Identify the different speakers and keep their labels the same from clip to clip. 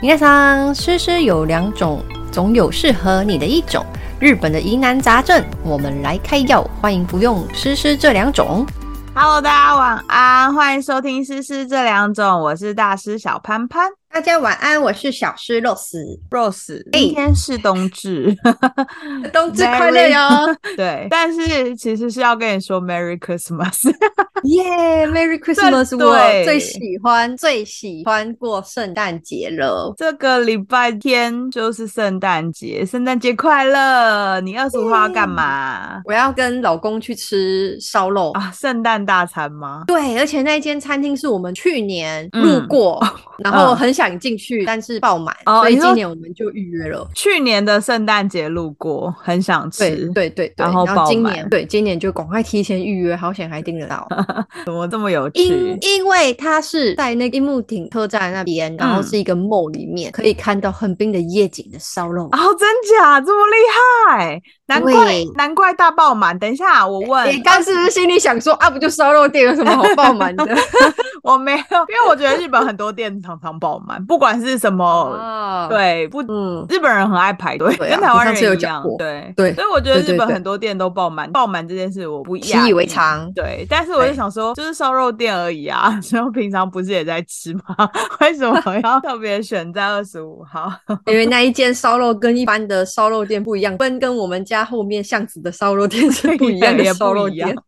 Speaker 1: 皆さん，诗诗有两种，总有适合你的一种。日本的疑难杂症，我们来开药，欢迎服用诗诗这两种。
Speaker 2: Hello，大家晚安，欢迎收听《诗诗这两种》，我是大师小潘潘
Speaker 1: 大家晚安，我是小诗 Rose，哎
Speaker 2: Rose。今天是 冬至，
Speaker 1: 冬至快乐哟！
Speaker 2: 对，但是其实是要跟你说 Merry Christmas。
Speaker 1: 耶、m e r r y Christmas！
Speaker 2: 对
Speaker 1: 我最喜欢最喜欢过圣诞节了。
Speaker 2: 这个礼拜天就是圣诞节，圣诞节快乐！你二十五号要干嘛
Speaker 1: 我要跟老公去吃烧肉。
Speaker 2: 啊？圣诞大餐吗？
Speaker 1: 对，而且那间餐厅是我们去年
Speaker 2: 嗯
Speaker 1: 路过， 然后很想进去，但是爆满，
Speaker 2: 哦
Speaker 1: 所以
Speaker 2: 你说
Speaker 1: 今年我们就预约了。
Speaker 2: 去年的圣诞节路过，很想
Speaker 1: 对
Speaker 2: 吃。
Speaker 1: 对对对，
Speaker 2: 然后爆
Speaker 1: 今
Speaker 2: 满
Speaker 1: 年对今年就赶快提前预约，好险还订得 到。
Speaker 2: 怎么这么有
Speaker 1: 因
Speaker 2: 趣？
Speaker 1: 因为它是在那个樱木町车站那边，然后
Speaker 2: 嗯
Speaker 1: 是一个 mall 里面，可以看到横滨的夜景的烧肉。
Speaker 2: 哦，真假这么厉害，难怪
Speaker 1: 对
Speaker 2: 难怪大爆满。等一下，我问，
Speaker 1: 你刚是不是心里想说啊，不就烧肉店有什么好爆满 的？
Speaker 2: 我没有，因为我觉得日本很多店常常爆满，不管是什么，
Speaker 1: 啊，
Speaker 2: 哦对，不，
Speaker 1: 嗯，
Speaker 2: 日本人很爱排队，
Speaker 1: 对啊
Speaker 2: 跟台湾
Speaker 1: 你上次有
Speaker 2: 人一
Speaker 1: 讲
Speaker 2: 样
Speaker 1: 过，
Speaker 2: 对
Speaker 1: 对
Speaker 2: 所以我觉得
Speaker 1: 对对
Speaker 2: 日本
Speaker 1: 对
Speaker 2: 很多店都爆满，爆满这件事我不讶
Speaker 1: 习以为
Speaker 2: 异。
Speaker 1: 常。
Speaker 2: 对，但是我就
Speaker 1: 对
Speaker 2: 想说，就是烧肉店而已啊， 然后平常不是也在吃吗？ 为 什么要特别选在二十五号？
Speaker 1: 因为那一间烧肉跟一般的烧肉店不一样，跟跟我们家后面巷子的烧肉店是不一样的
Speaker 2: 也
Speaker 1: 烧肉
Speaker 2: 不一样
Speaker 1: 店，，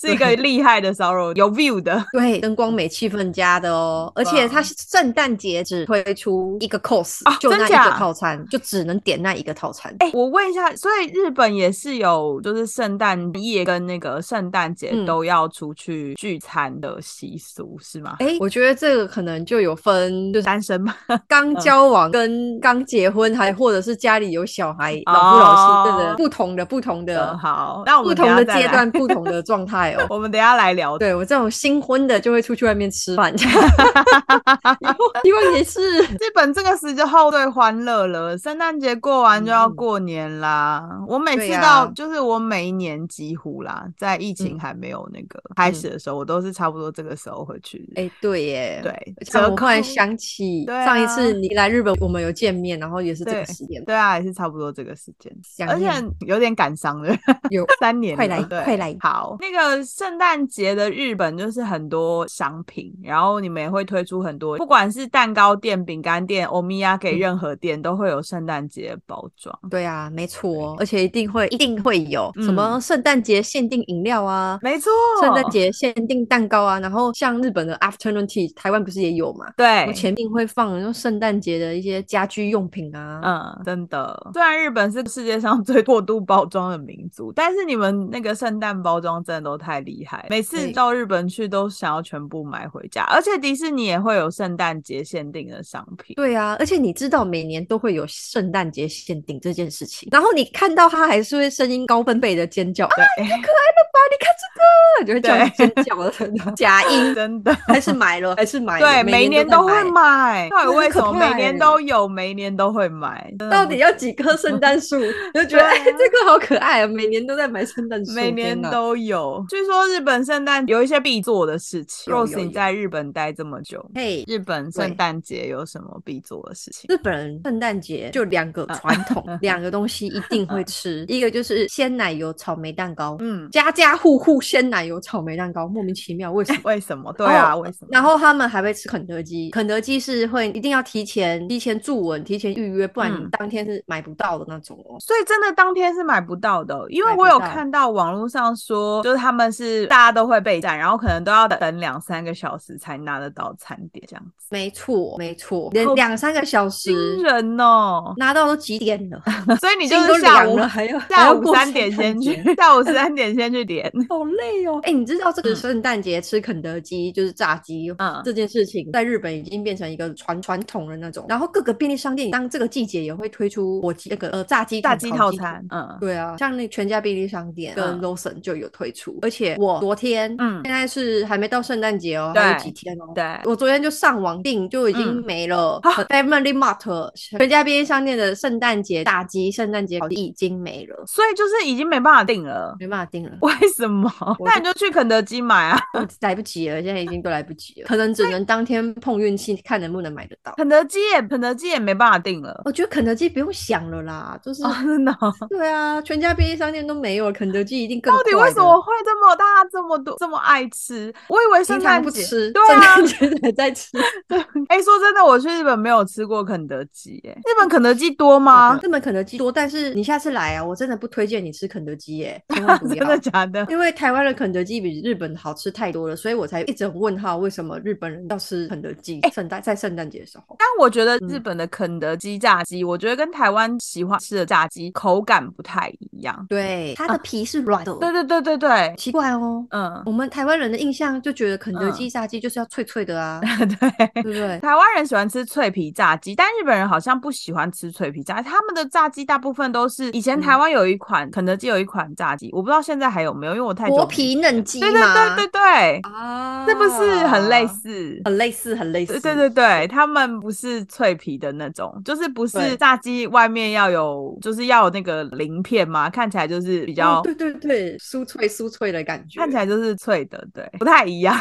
Speaker 2: 是一个厉害的烧肉，有 view 的。
Speaker 1: 对，灯光美、气氛佳的哦。而且它
Speaker 2: 嗯哇
Speaker 1: 是圣诞节只推出一个 course，、
Speaker 2: 啊
Speaker 1: 就那
Speaker 2: 真
Speaker 1: 一
Speaker 2: 假
Speaker 1: 个套餐，就只能点那一个套餐。
Speaker 2: 哎、我问一下，所以日本也是有，就是圣诞夜跟那个圣诞节
Speaker 1: 嗯
Speaker 2: 都要出去聚餐的习俗、是吗？
Speaker 1: 哎、我觉得这个可能就有分，就是
Speaker 2: 单身吗？嗯
Speaker 1: 刚交往跟刚结婚，还或者是家里有小孩，老夫老妻，对的，
Speaker 2: 哦
Speaker 1: 不同的不同的、
Speaker 2: 嗯 好，那我
Speaker 1: 啊不
Speaker 2: 们
Speaker 1: 同
Speaker 2: 等一下
Speaker 1: 的
Speaker 2: 再
Speaker 1: 阶
Speaker 2: 来
Speaker 1: 段、，不同的状态 哦。
Speaker 2: 我们等一下来聊。
Speaker 1: 对我这种新婚的就会出去外面吃 饭， 以后希望也是。
Speaker 2: 日本这个时候最欢乐了，圣诞节过完就要
Speaker 1: 嗯
Speaker 2: 过年啦。我每
Speaker 1: 对
Speaker 2: 次
Speaker 1: 呀
Speaker 2: 到，就是我每一年几乎啦，在疫情还没有那个开
Speaker 1: 嗯
Speaker 2: 始的时候，我都是差不多这个时候会去。
Speaker 1: 哎、对耶，
Speaker 2: 对，
Speaker 1: 而且我
Speaker 2: 折
Speaker 1: 突然
Speaker 2: 扣
Speaker 1: 想起
Speaker 2: 对啊
Speaker 1: 上一次你来日本，我们有见面，然后也是这个
Speaker 2: 对
Speaker 1: 时间，
Speaker 2: 对啊，也是差不多这个时间，
Speaker 1: 想
Speaker 2: 而且
Speaker 1: 念
Speaker 2: 有点感伤的。
Speaker 1: 有
Speaker 2: 三年了，
Speaker 1: 快来
Speaker 2: 对
Speaker 1: 快来
Speaker 2: 好，那个圣诞节的日本就是很多商品，然后你们也会推出很多，不管是蛋糕店、饼干店、欧米亚给
Speaker 1: 嗯
Speaker 2: 任何店、都会有圣诞节的包装。
Speaker 1: 对啊，没错，而且一定会一定会有什
Speaker 2: 嗯
Speaker 1: 么圣诞节限定饮料啊。
Speaker 2: 没错，
Speaker 1: 圣诞节限定蛋糕啊，然后像日本的 afternoon tea，台湾不是也有嘛？我
Speaker 2: 对。
Speaker 1: 前面会放那种圣诞节的一些家居用品啊，
Speaker 2: 嗯，真的。虽然日本是世界上最过度包装的民族，但是你们那个圣诞包装真的都太厉害，每次
Speaker 1: 对
Speaker 2: 到日本去都想要全部买回家，而且迪士尼也会有圣诞节限定的商品。
Speaker 1: 对啊，而且你知道每年都会有圣诞节限定这件事情，然后你看到它还是会声音高分贝的尖叫，啊，
Speaker 2: 对，
Speaker 1: 爸，你看这个，就会叫你
Speaker 2: 对
Speaker 1: 尖叫的真 的假音，
Speaker 2: 真 的。
Speaker 1: 还是买了，还是买了，
Speaker 2: 对，每
Speaker 1: 年
Speaker 2: 都
Speaker 1: 在
Speaker 2: 会
Speaker 1: 买。
Speaker 2: 买。 到底
Speaker 1: 很
Speaker 2: 为
Speaker 1: 可
Speaker 2: 什么每
Speaker 1: 怕欸
Speaker 2: 年都有，每年都会买？真的
Speaker 1: 到
Speaker 2: 不
Speaker 1: 底要几棵圣诞树？你就觉得、
Speaker 2: 对啊
Speaker 1: 哎，这个好可爱啊！每年都在买圣诞树，
Speaker 2: 每
Speaker 1: 天
Speaker 2: 年
Speaker 1: 哪
Speaker 2: 都有。据说日本圣诞有一些必做的事情。
Speaker 1: 有有
Speaker 2: Rose，你
Speaker 1: 有
Speaker 2: 在日本待这么久，
Speaker 1: 嘿。
Speaker 2: 日本
Speaker 1: 对
Speaker 2: 圣诞节有什么必做的事情？
Speaker 1: 日本人圣诞节就两
Speaker 2: 啊
Speaker 1: 个传统， 两个东西一定会吃，一个就是鲜奶油草莓蛋糕，
Speaker 2: 嗯，
Speaker 1: 家家户户鲜奶油草莓蛋糕，莫名其妙为 什么？
Speaker 2: 为什么？对啊，为什么？
Speaker 1: 然后他们还会吃肯德基，肯德基是会一定要提前提前注文、提前预约，不然你
Speaker 2: 嗯
Speaker 1: 当天是买不到的那种哦。
Speaker 2: 所以真的当天是买不到的，哦因为
Speaker 1: 买不
Speaker 2: 我有
Speaker 1: 到
Speaker 2: 看到网络上说，就是他们是大家都会备战，然后可能都要等两三个小时才拿得到餐点，这样子，
Speaker 1: 没错，没错，连
Speaker 2: 好
Speaker 1: 两三个小时
Speaker 2: 惊人哦！
Speaker 1: 拿到都几点了？
Speaker 2: 所以你就
Speaker 1: 心都
Speaker 2: 是下
Speaker 1: 凉
Speaker 2: 午
Speaker 1: 了， 还要还
Speaker 2: 下
Speaker 1: 要
Speaker 2: 午
Speaker 1: 过
Speaker 2: 三
Speaker 1: 圣
Speaker 2: 点
Speaker 1: 诞
Speaker 2: 先
Speaker 1: 节
Speaker 2: 去，下午三点先去点。
Speaker 1: 好累哦。哎、你知道这个
Speaker 2: 嗯
Speaker 1: 圣诞节吃肯德基就是炸鸡、
Speaker 2: 嗯
Speaker 1: 这件事情，在日本已经变成一个传传统的那种。然后各个便利商店当这个季节也会推出火鸡那个呃炸鸡
Speaker 2: 炸
Speaker 1: 桶
Speaker 2: 鸡
Speaker 1: 烤
Speaker 2: 套
Speaker 1: 桶
Speaker 2: 餐，嗯，
Speaker 1: 对啊，像那全家便利商店跟
Speaker 2: 嗯
Speaker 1: Lawson 就有推出，而且我昨天，
Speaker 2: 嗯
Speaker 1: 现在是还没到圣诞节哦，还有
Speaker 2: 对
Speaker 1: 几天哦。
Speaker 2: 对，
Speaker 1: 我昨天就上网订，就已经
Speaker 2: 嗯
Speaker 1: 没了。
Speaker 2: 啊
Speaker 1: Family Mart 全家便利商店的圣诞节大鸡、圣诞节烤鸡已经没了，
Speaker 2: 所以就是已经没办法定了。
Speaker 1: 没办法订了。
Speaker 2: 为什么？
Speaker 1: 我
Speaker 2: 那你就去肯德基买啊！
Speaker 1: 来不及了，现在已经都来不及了，可能只能当天碰运气，看能不能买得到。
Speaker 2: 肯德基也肯德基也没办法订了。
Speaker 1: 我觉得肯德基不用想了啦，就是、
Speaker 2: 哦，真的哦、
Speaker 1: 对啊，全家便利商店都没有了，肯德基一定更
Speaker 2: 到底
Speaker 1: 快
Speaker 2: 为什
Speaker 1: 的
Speaker 2: 么会这么大这么多这么爱吃？我以为圣
Speaker 1: 平常
Speaker 2: 诞
Speaker 1: 不
Speaker 2: 节
Speaker 1: 吃，
Speaker 2: 对
Speaker 1: 圣
Speaker 2: 啊
Speaker 1: 诞。节才在吃
Speaker 2: 哎、说真的，我去日本没有吃过肯德基、哎，日本肯德基多吗？
Speaker 1: 日本肯德基多，但是你下次来啊，我真的不推荐你吃肯德基耶、千万不
Speaker 2: 真
Speaker 1: 要。
Speaker 2: 的假的？
Speaker 1: 因为台湾的肯德基比日本好吃太多了，所以我才一直很问号，为什么日本人要吃肯德基？圣诞在圣诞节的时候，
Speaker 2: 但我觉得日
Speaker 1: 嗯
Speaker 2: 本的肯德基炸鸡，我觉得跟台湾喜欢吃的炸鸡口感不太一样。
Speaker 1: 对，它的皮是软的，
Speaker 2: 啊对对对对对，
Speaker 1: 奇怪哦。
Speaker 2: 嗯，
Speaker 1: 我们台湾人的印象就觉得肯德基炸鸡就是要脆脆的 啊，
Speaker 2: 对。
Speaker 1: 对不对？
Speaker 2: 台湾人喜欢吃脆皮炸鸡，但日本人好像不喜欢吃脆皮炸。他们的炸鸡大部分都是以前
Speaker 1: 嗯
Speaker 2: 台湾有一款、肯德基有一款炸鸡，我不知道现在还有没有，因为我 太久
Speaker 1: 薄
Speaker 2: 没
Speaker 1: 皮嫩鸡
Speaker 2: 对对对对对，
Speaker 1: 对啊，
Speaker 2: 是不是很类？似？
Speaker 1: 很类似，很类似。
Speaker 2: 对对对对，他们不是脆皮的那种，就是不是
Speaker 1: 对
Speaker 2: 炸鸡外面要有，就是要有那个鳞片嘛，看起来就是比较、
Speaker 1: 哦，对对对，酥脆酥脆的感觉，
Speaker 2: 看起来就是脆的，对，不太一样。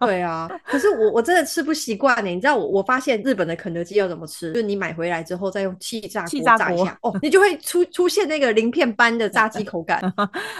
Speaker 1: 对啊，可是我我真的吃不习惯呢。你知道我我发现日本的肯德基要怎么吃？就是你买回来之后再用气炸
Speaker 2: 气
Speaker 1: 锅
Speaker 2: 炸
Speaker 1: 炸一
Speaker 2: 锅
Speaker 1: 下，哦，你就会出出现那个鳞片般的炸鸡口感。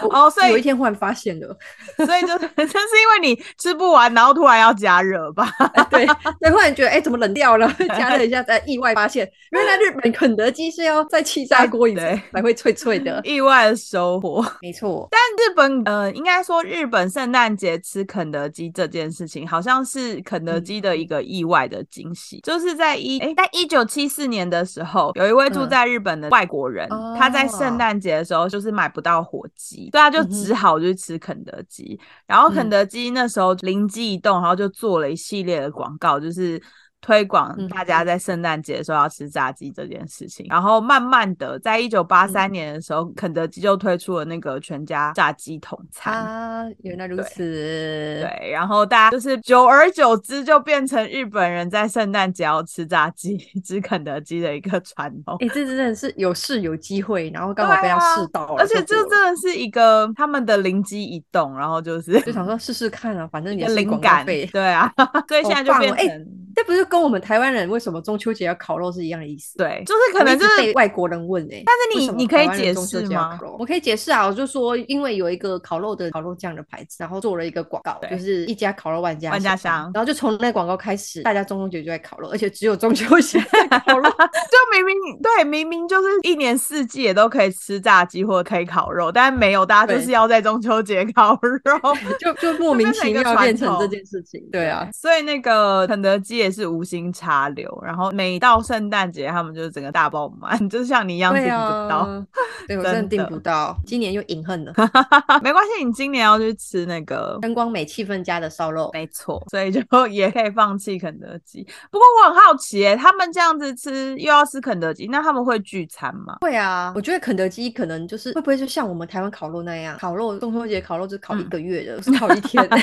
Speaker 2: 哦 所以
Speaker 1: 有一天忽然发现了，
Speaker 2: 所以就是 就是因为你吃不完，然后突然要加热吧。
Speaker 1: 对，对，忽然觉得哎、怎么冷掉了？ 加热一下，再意外发现，原来日本肯德基是要在气炸锅里
Speaker 2: 对
Speaker 1: 才会脆脆的。
Speaker 2: 意外的收获，
Speaker 1: 没错，
Speaker 2: 但日本呃，应该说日本圣诞节吃肯德基这件事情，好像是肯德
Speaker 1: 嗯
Speaker 2: 基的一个意外的惊喜。就是在一诶，在一九七四年的时候，有一位住
Speaker 1: 嗯
Speaker 2: 在日本的外国人，
Speaker 1: 哦
Speaker 2: 他在圣诞节的时候就是买不到火鸡，对啊，就
Speaker 1: 嗯哼
Speaker 2: 只好就去吃肯德基。然后肯
Speaker 1: 嗯
Speaker 2: 德基那时候灵机一动，然后就做了一系列的广告，就是。推广
Speaker 1: 嗯
Speaker 2: 大家在圣诞节的时候要吃炸鸡这件事情，然后慢慢的，
Speaker 1: 嗯
Speaker 2: 在一九八三年的时候，肯德基就推出了那个全家炸鸡桶餐，
Speaker 1: 啊，原来如
Speaker 2: 对
Speaker 1: 此。
Speaker 2: 对，然后大家就是久而久之就变成日本人在圣诞节要吃炸鸡、 吃肯德基的一个传统。
Speaker 1: 哎、这真的是有事有机会，然后刚好被他
Speaker 2: 对啊
Speaker 1: 试到了，
Speaker 2: 而且
Speaker 1: 就火
Speaker 2: 这
Speaker 1: 了
Speaker 2: 真的是一个他们的灵机一动，然后就是
Speaker 1: 就想说试试看啊，反正
Speaker 2: 一
Speaker 1: 也
Speaker 2: 个
Speaker 1: 是
Speaker 2: 灵
Speaker 1: 广告
Speaker 2: 感，
Speaker 1: 费。
Speaker 2: 对啊， 所以
Speaker 1: 好
Speaker 2: 现在就
Speaker 1: 棒
Speaker 2: 变
Speaker 1: 哦哎
Speaker 2: 成
Speaker 1: 这不是跟我们台湾人为什么中秋节要烤肉是一样的意思？
Speaker 2: 对，就是可能
Speaker 1: 我一
Speaker 2: 就
Speaker 1: 直
Speaker 2: 是
Speaker 1: 被外国人问哎、
Speaker 2: 但是
Speaker 1: 为
Speaker 2: 你
Speaker 1: 什么
Speaker 2: 你可以
Speaker 1: 台湾人
Speaker 2: 解
Speaker 1: 中秋
Speaker 2: 释
Speaker 1: 节要
Speaker 2: 吗
Speaker 1: 烤肉？我可以解释啊，我就说因为有一个烤肉的烤肉酱的牌子，然后做了一个广告，
Speaker 2: 对
Speaker 1: 就是一家烤肉万家
Speaker 2: 万家香
Speaker 1: 然后就从那个广告开始，大家中秋节就在烤肉，而且只有中秋节在烤肉。
Speaker 2: 就明明对，明明就是一年四季也都可以吃炸鸡或者可以烤肉，但没有，大家就
Speaker 1: 对
Speaker 2: 是要在中秋节烤肉。
Speaker 1: 就就莫名
Speaker 2: 变成一
Speaker 1: 其
Speaker 2: 个
Speaker 1: 妙
Speaker 2: 传
Speaker 1: 变成这
Speaker 2: 统
Speaker 1: 件事情，对啊，
Speaker 2: 所以那个肯德基也是无心插柳，然后每到圣诞节，他们就是整个大爆满， 就像你一样订
Speaker 1: 对
Speaker 2: 不到。
Speaker 1: 啊，对我真的
Speaker 2: 真
Speaker 1: 订
Speaker 2: 的
Speaker 1: 不到，今年又隐恨 了。
Speaker 2: 没关系，你今年要去吃那 个。
Speaker 1: 灯光美、气氛佳的烧肉，
Speaker 2: 没错，所以就 也可以放弃肯德基。不过我很好奇、欸，他们这样子吃又要吃肯德基，那他们会聚餐吗？
Speaker 1: 会啊，我觉得肯德基可能就是会不会就像我们台湾烤肉那样，烤肉中秋节烤肉就烤一
Speaker 2: 嗯
Speaker 1: 个月 的，不是烤一天的。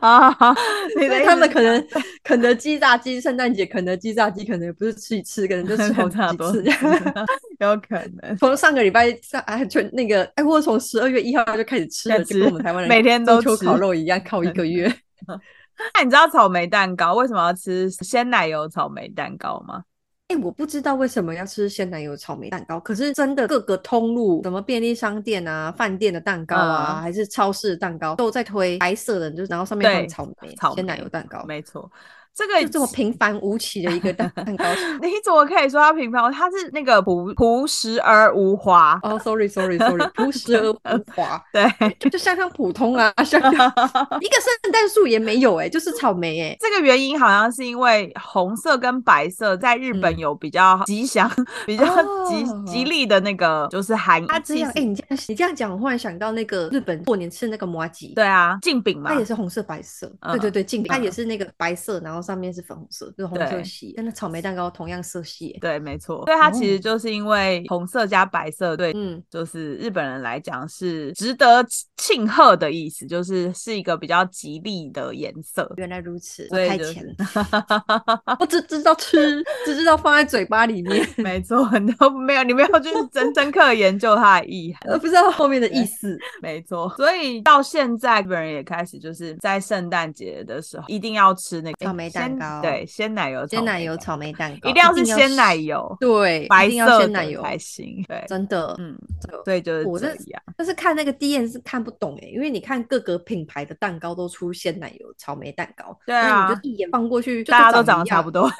Speaker 2: 啊， 你
Speaker 1: 因
Speaker 2: 的
Speaker 1: 为
Speaker 2: 意
Speaker 1: 他
Speaker 2: 思
Speaker 1: 们
Speaker 2: 是
Speaker 1: 可能肯德基炸鸡，圣诞节肯德基炸鸡可能不是吃一次，可能就 吃好
Speaker 2: 差不
Speaker 1: 几
Speaker 2: 多
Speaker 1: 次。
Speaker 2: 有可 能。
Speaker 1: 从上个礼拜上啊，就那个哎，或者从十二月一号就开始吃
Speaker 2: 开
Speaker 1: 了，就跟我
Speaker 2: 吃
Speaker 1: 们台湾人
Speaker 2: 每天都
Speaker 1: 中
Speaker 2: 吃
Speaker 1: 秋烤肉一样，烤一个月。
Speaker 2: 那你知道草莓蛋糕为什么要吃鲜奶油草莓蛋糕吗？
Speaker 1: 哎、我不知道为什么要吃鲜奶油草莓蛋糕，可是真的各个通路，什么便利商店啊、饭店的蛋糕啊，
Speaker 2: 嗯
Speaker 1: 还是超市的蛋糕，都在推白色的，就是然后上面放
Speaker 2: 对
Speaker 1: 草莓、
Speaker 2: 草
Speaker 1: 鲜奶
Speaker 2: 莓
Speaker 1: 油蛋糕，
Speaker 2: 没错，这
Speaker 1: 哦就
Speaker 2: 个
Speaker 1: 这么平凡无奇的一个蛋 蛋糕。
Speaker 2: 你怎么可以说它平凡？它是那个朴朴实而无华。
Speaker 1: 哦、s o r r y sorry sorry，朴实而无华，
Speaker 2: 对，
Speaker 1: 就就像像普通啊，像像 一个圣诞树也没有哎、就是草莓 哎、
Speaker 2: 这个原因好像是因为红色跟白色在日本
Speaker 1: 嗯
Speaker 2: 有比较吉祥、比较吉
Speaker 1: 哦
Speaker 2: 吉利的那个就是含义。
Speaker 1: 啊，这样哎、
Speaker 2: 其实
Speaker 1: 你这样你这样讲，我忽然想到那个日本过年吃那个麻吉，
Speaker 2: 对啊，镜饼嘛
Speaker 1: 它，也是红色白色，
Speaker 2: 嗯
Speaker 1: 对对对，镜饼，它
Speaker 2: 嗯
Speaker 1: 也是那个白色，然后上面是粉红色，就是红色
Speaker 2: 对
Speaker 1: 系，跟那草莓蛋糕同样色系耶。
Speaker 2: 对，没错，所以它其
Speaker 1: 哦
Speaker 2: 实就是因为红色加白色对
Speaker 1: 嗯，
Speaker 2: 就是日本人来讲是值得庆贺的意思，就是是一个比较吉利的颜 色。
Speaker 1: 原来如此，我
Speaker 2: 所以
Speaker 1: 太
Speaker 2: 就是
Speaker 1: 浅了， 我只知道吃，只知道放在嘴巴里 面，
Speaker 2: 没错，你都没有，你没 有去深深刻地研究它的意涵。
Speaker 1: 而不知道后面的意思。
Speaker 2: 没错，所以到现在，日本人也开始就是在圣诞节的时候一定要吃那个
Speaker 1: 草莓蛋糕
Speaker 2: 鲜对，鲜奶油，
Speaker 1: 鲜奶油，草莓蛋糕
Speaker 2: 一定要是鲜奶
Speaker 1: 油，
Speaker 2: 油，
Speaker 1: 对，
Speaker 2: 白
Speaker 1: 一定要
Speaker 2: 色
Speaker 1: 鲜奶
Speaker 2: 的
Speaker 1: 油，
Speaker 2: 才行。对，
Speaker 1: 真的。
Speaker 2: 嗯
Speaker 1: 真的，
Speaker 2: 对，就是
Speaker 1: 我
Speaker 2: 这
Speaker 1: 这
Speaker 2: 样。
Speaker 1: 但是看那个 D N 是看不懂哎、因为你看各个品牌的蛋糕都出鲜奶油草莓蛋糕，
Speaker 2: 对
Speaker 1: 那你
Speaker 2: 啊
Speaker 1: 就，一眼望过去，就
Speaker 2: 大家
Speaker 1: 都
Speaker 2: 都长得
Speaker 1: 一
Speaker 2: 差
Speaker 1: 样
Speaker 2: 不，多，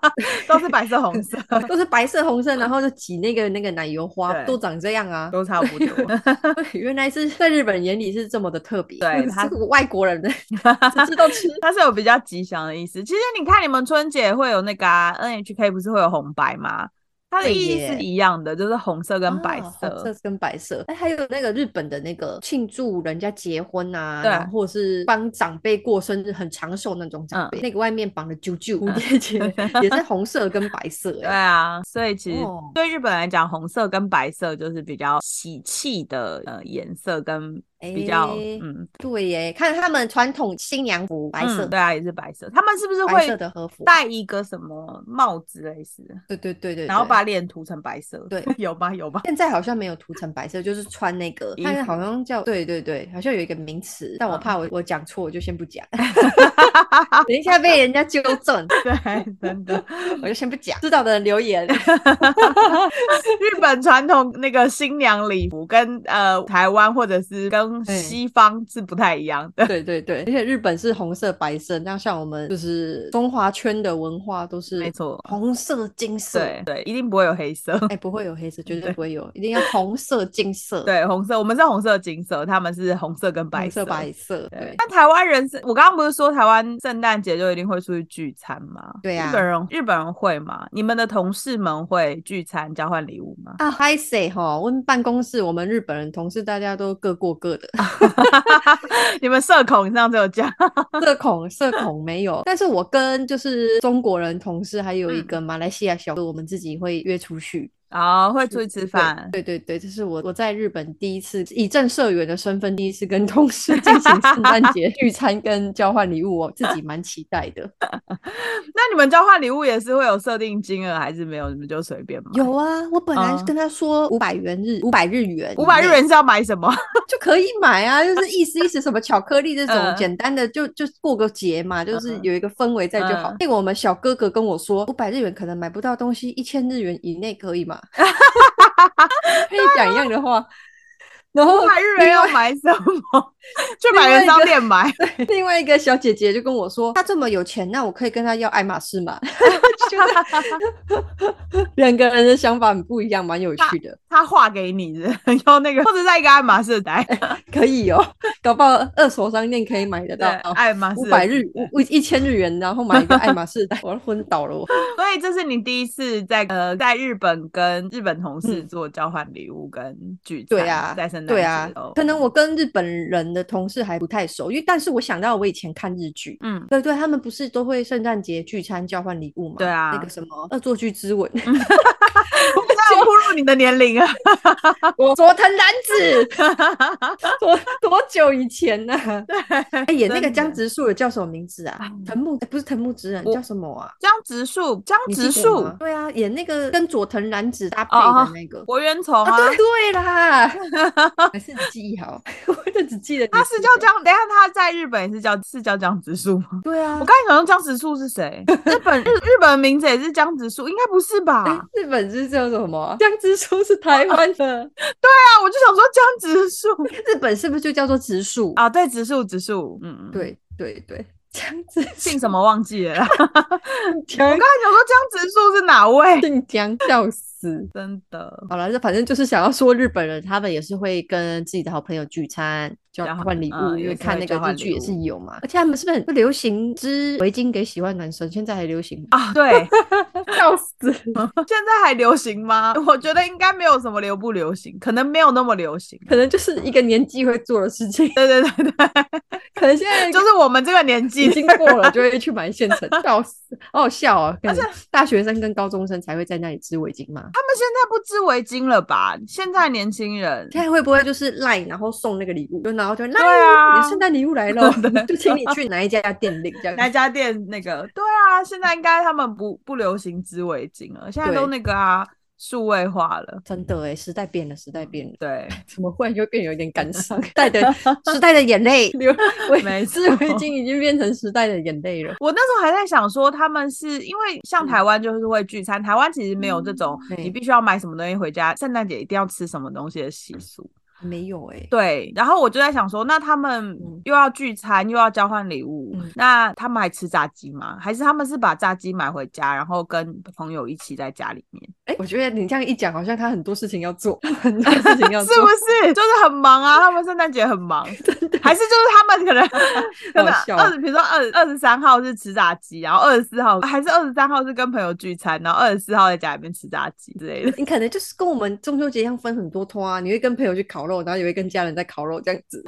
Speaker 2: 都是白色、红色，
Speaker 1: 都是白色、红色，然后就挤那个那个奶油花，
Speaker 2: 对
Speaker 1: 都长这样啊。
Speaker 2: 都差不多。
Speaker 1: 对原来是在日本人眼里是这么的特别，
Speaker 2: 对
Speaker 1: 是
Speaker 2: 它
Speaker 1: 个外国人的只知道吃。
Speaker 2: 它是有比较吉祥的意思。其实你看，你们春节会有那个、啊、NHK 不是会有红白吗？它的
Speaker 1: 对
Speaker 2: 意义
Speaker 1: 耶
Speaker 2: 是一样的，就是红色跟白
Speaker 1: 啊
Speaker 2: 色。
Speaker 1: 红色跟白色，哎，还有那个日本的那个庆祝人家结婚啊，
Speaker 2: 对
Speaker 1: 然后或者是帮长辈过生日，很长寿那种
Speaker 2: 嗯
Speaker 1: 长辈，那个外面绑的啾啾蝴蝶结 也是红色跟白色、
Speaker 2: 对
Speaker 1: 哎，
Speaker 2: 啊，所以其实
Speaker 1: 哦
Speaker 2: 对日本来讲，红色跟白色就是比较喜气的呃颜色，跟比较、
Speaker 1: 哎
Speaker 2: 嗯
Speaker 1: 对耶，看他们传统新娘服白色
Speaker 2: 嗯
Speaker 1: 的、
Speaker 2: 对啊，也是白色。他们是不是
Speaker 1: 白色
Speaker 2: 会
Speaker 1: 的和服，
Speaker 2: 戴一个什么帽子类似的，
Speaker 1: 对对对对，
Speaker 2: 然后
Speaker 1: 对
Speaker 2: 把脸涂成白色？
Speaker 1: 对
Speaker 2: 有吧有吧。
Speaker 1: 现在好像没有涂成白色，就是穿那个，
Speaker 2: 衣
Speaker 1: 它
Speaker 2: 服
Speaker 1: 好像叫对对对，好像有一个名词，但我
Speaker 2: 嗯
Speaker 1: 怕我我讲错，我就先不 讲，等一下被人家纠正，
Speaker 2: 对，真的，
Speaker 1: 我就先不讲。知道的人留言，
Speaker 2: 日本传统那个新娘礼服跟呃台湾或者是跟
Speaker 1: 对
Speaker 2: 西方是不太一样的。
Speaker 1: 对对对，而且日本是红色白色，那像我们就是中华圈的文化都是
Speaker 2: 没错
Speaker 1: 红色金色，
Speaker 2: 对对，一定不会有黑色。
Speaker 1: 哎，不会有黑色，绝对
Speaker 2: 对
Speaker 1: 不会有，一定要红色金 色，，
Speaker 2: 对，红色，我们是红色、金色，他们是红色跟白
Speaker 1: 红色白色，
Speaker 2: 对
Speaker 1: 对，。
Speaker 2: 但台湾人是，我刚刚不是说台湾圣诞节就一定会出去聚餐吗？
Speaker 1: 对啊
Speaker 2: 日本人日本人会吗？你们的同事们会聚餐交换礼物吗？
Speaker 1: 啊，嗨谁哈？我们办公室我们日本人同事大家都各过各的，
Speaker 2: 你们社恐，你上次有讲，
Speaker 1: 社恐，社恐没有，但是我跟就是中国人同事，还有一
Speaker 2: 嗯
Speaker 1: 个马来西亚小哥，我们自己会约出去，
Speaker 2: 然后会出去吃饭。
Speaker 1: 对对对，这是我我在日本第一次以正社员的身份，第一次跟同事进行 圣诞节聚餐跟交换礼物，我自己蛮期待的。
Speaker 2: 那你们交换礼物也是会有设定金额，还是没有？你们就随便买？
Speaker 1: 有啊，我本来
Speaker 2: 嗯
Speaker 1: 跟他说五百元日五百日元以内，
Speaker 2: 五百日元是要买什么？
Speaker 1: 就可以买啊，就是意思意思什么巧克力这种
Speaker 2: 嗯
Speaker 1: 简单的，就就过个节嘛，就是
Speaker 2: 嗯
Speaker 1: 有一个氛围在就好
Speaker 2: 嗯。
Speaker 1: 那个我们小哥哥跟我说，五百日元可能买不到东西，一千日元以内可以 吗？可以讲一样的话。然后
Speaker 2: 五百日元要买什么？ 去百元商 店买。
Speaker 1: 另外一个小姐姐就跟我说，她这么有钱，那我可以跟她要爱马仕吗？就是 两个人的想法很不一样，蛮有趣的。
Speaker 2: 他画给你的，要那个，或者在一个爱马仕的
Speaker 1: 哎
Speaker 2: 袋，
Speaker 1: 可以哦，搞不好二手商店可以买得
Speaker 2: 对啊
Speaker 1: 到。，
Speaker 2: 爱马仕
Speaker 1: 五
Speaker 2: 的
Speaker 1: 百日
Speaker 2: 纸袋
Speaker 1: 五一千日元，然后买一个爱马 仕袋，我要昏倒了我。
Speaker 2: 所以这是你第一次在呃在日本跟日本同事做交换礼物跟聚餐，
Speaker 1: 嗯对啊，
Speaker 2: 在圣诞
Speaker 1: 对
Speaker 2: 节
Speaker 1: 啊
Speaker 2: 的时候，
Speaker 1: 可能我跟日本人的同事还不太熟，因为但是我想到我以前看日剧。
Speaker 2: 嗯，
Speaker 1: 对对，他们不是都会圣诞节聚餐交换礼物嘛？
Speaker 2: 对啊
Speaker 1: 那个什么恶作剧之吻，
Speaker 2: 这样暴露你的年龄啊，
Speaker 1: 我佐藤男子， 多多久以前呢、哎，演那个
Speaker 2: 真的
Speaker 1: 江直树的叫什么名字啊
Speaker 2: 啊？
Speaker 1: 藤木、哎不是藤木直人，
Speaker 2: 我
Speaker 1: 叫什么啊？
Speaker 2: 江直树，江
Speaker 1: 你
Speaker 2: 直
Speaker 1: 记得
Speaker 2: 树
Speaker 1: 吗，对啊，演那个跟佐藤男子搭配
Speaker 2: 哦
Speaker 1: 的
Speaker 2: 哦
Speaker 1: 那个。
Speaker 2: 博元崇啊，
Speaker 1: 对对啦，还是你记忆好， 我就只记得你
Speaker 2: 他是
Speaker 1: 记
Speaker 2: 叫
Speaker 1: 得。
Speaker 2: 江，等一下他在日本也是叫是叫江直树吗？
Speaker 1: 对啊
Speaker 2: 我，刚才想说江直树是谁？日 本日日本名字也是江直树，应该不是吧？
Speaker 1: 哎
Speaker 2: 对
Speaker 1: 日本是叫什么？江直树是台湾的，
Speaker 2: 啊，我就想说江直树
Speaker 1: 日本是不是就叫做直树？
Speaker 2: 啊，对，直树直树，嗯嗯，，
Speaker 1: 对对对，江直
Speaker 2: 姓
Speaker 1: 树
Speaker 2: 什么忘记了啦？我 刚
Speaker 1: 江
Speaker 2: 才想说江直树是哪位？
Speaker 1: 姓江，笑死。
Speaker 2: 真的，
Speaker 1: 好了，这反正就是想要说，日本人他们也是会跟自己的好朋友聚餐，交
Speaker 2: 然后
Speaker 1: 换礼物，
Speaker 2: 嗯
Speaker 1: 因为
Speaker 2: 也是
Speaker 1: 看
Speaker 2: 会
Speaker 1: 那个
Speaker 2: 交换
Speaker 1: 日
Speaker 2: 礼
Speaker 1: 剧也是
Speaker 2: 物
Speaker 1: 有嘛。而且他们是不是很流行织围巾给喜欢男生？现在还流行吗？
Speaker 2: 啊，对，
Speaker 1: 笑死！
Speaker 2: 现在还流行吗？我觉得应该没有什么流不流行，可能没有那么流行。
Speaker 1: 可能就是一个年纪会做的事情，
Speaker 2: 对对对对，
Speaker 1: 可能现在
Speaker 2: 就是我们这个年纪
Speaker 1: 已，经过了，就会去买现 成，笑死，好好笑啊！ 而且啊大学生跟高中生才会在那里织围巾吗？
Speaker 2: 他们现在不织围巾了吧？现在年轻人
Speaker 1: 现在会不会就是赖，然后送那个礼物，就然后就赖，
Speaker 2: 啊
Speaker 1: 你的圣诞礼物来 了
Speaker 2: 对，
Speaker 1: 就请你去哪一家店领这样。
Speaker 2: 那家店那个，对啊，现在应该他们不不流行织围巾了，现在都
Speaker 1: 对
Speaker 2: 那个啊，数位化了。
Speaker 1: 真的哎，时代变了，时代变了，
Speaker 2: 对，
Speaker 1: 怎么忽然就变得有点感伤？ 时代的时代的眼 泪，流
Speaker 2: 没
Speaker 1: 围
Speaker 2: 错
Speaker 1: 织围巾已经变成时代的眼泪了。
Speaker 2: 我那时候还在想说，他们是因为
Speaker 1: 嗯
Speaker 2: 像台湾就是会聚餐，台湾其实没有这种
Speaker 1: 嗯对
Speaker 2: 你必须要买什么东西回家，圣诞节一定要吃什么东西的习俗。
Speaker 1: 没有哎，
Speaker 2: 对，然后我就在想说，那他们
Speaker 1: 嗯
Speaker 2: 又要聚餐，又要交换礼物，
Speaker 1: 嗯
Speaker 2: 那他们还吃炸鸡吗？还是他们是把炸鸡买回家，然后跟朋友一起在家里面？
Speaker 1: 哎，我觉得你这样一讲，好像他很多事情要 做，很多事情要
Speaker 2: 是
Speaker 1: 做，
Speaker 2: 不是 就是很忙啊？他们圣诞节 很忙，还是就是他们可能可能
Speaker 1: 好笑
Speaker 2: 二十，比如说二二十三号是吃炸鸡，然后二十四号还是二十三号是跟朋友聚餐，然后二十四号在家里面吃炸鸡之类的。
Speaker 1: 你可能就是跟我们中秋节一样分很多通啊，你会跟朋友去烤肉，然后也会跟家人在烤肉这样子。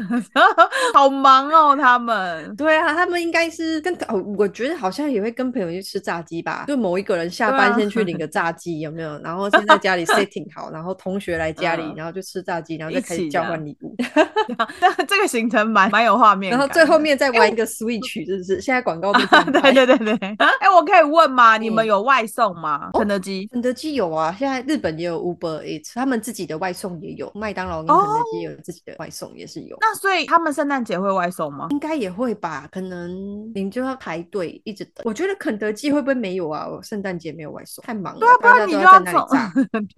Speaker 2: 好忙哦，他们。
Speaker 1: 对啊，他们应该是跟哦，我觉得好像也会跟朋友去吃炸鸡吧，就某一个人下
Speaker 2: 对
Speaker 1: 班
Speaker 2: 啊
Speaker 1: 先去 领个炸鸡，有没有？然后先在家里 setting 好，然后同学来家里，
Speaker 2: 嗯
Speaker 1: 然后就吃炸鸡，然后
Speaker 2: 一
Speaker 1: 再开
Speaker 2: 起
Speaker 1: 始交
Speaker 2: 的
Speaker 1: 换礼物，
Speaker 2: 这这个行程蛮蛮有画面
Speaker 1: 然
Speaker 2: 感的，
Speaker 1: 后最后面再玩一个 switch，是不是？现在广告都这样
Speaker 2: 对
Speaker 1: 拍
Speaker 2: 对对对， 哎、我可以问吗？你们
Speaker 1: 嗯哦
Speaker 2: 有外送吗？肯德基？
Speaker 1: 肯德基有啊，现在日本也有 Uber Eats，他们自己的外送也有，麦当劳跟肯德
Speaker 2: 哦
Speaker 1: 基也有自己的外送，也是有。
Speaker 2: 那所以他们圣诞节会外送吗？
Speaker 1: 应该也会吧，可能你就要排队一直等。我觉得肯德基会不会没有啊？我圣诞节没有外送，太忙了，
Speaker 2: 对啊，不
Speaker 1: 大家
Speaker 2: 然你
Speaker 1: 都
Speaker 2: 就
Speaker 1: 在那里
Speaker 2: 送
Speaker 1: 炸。。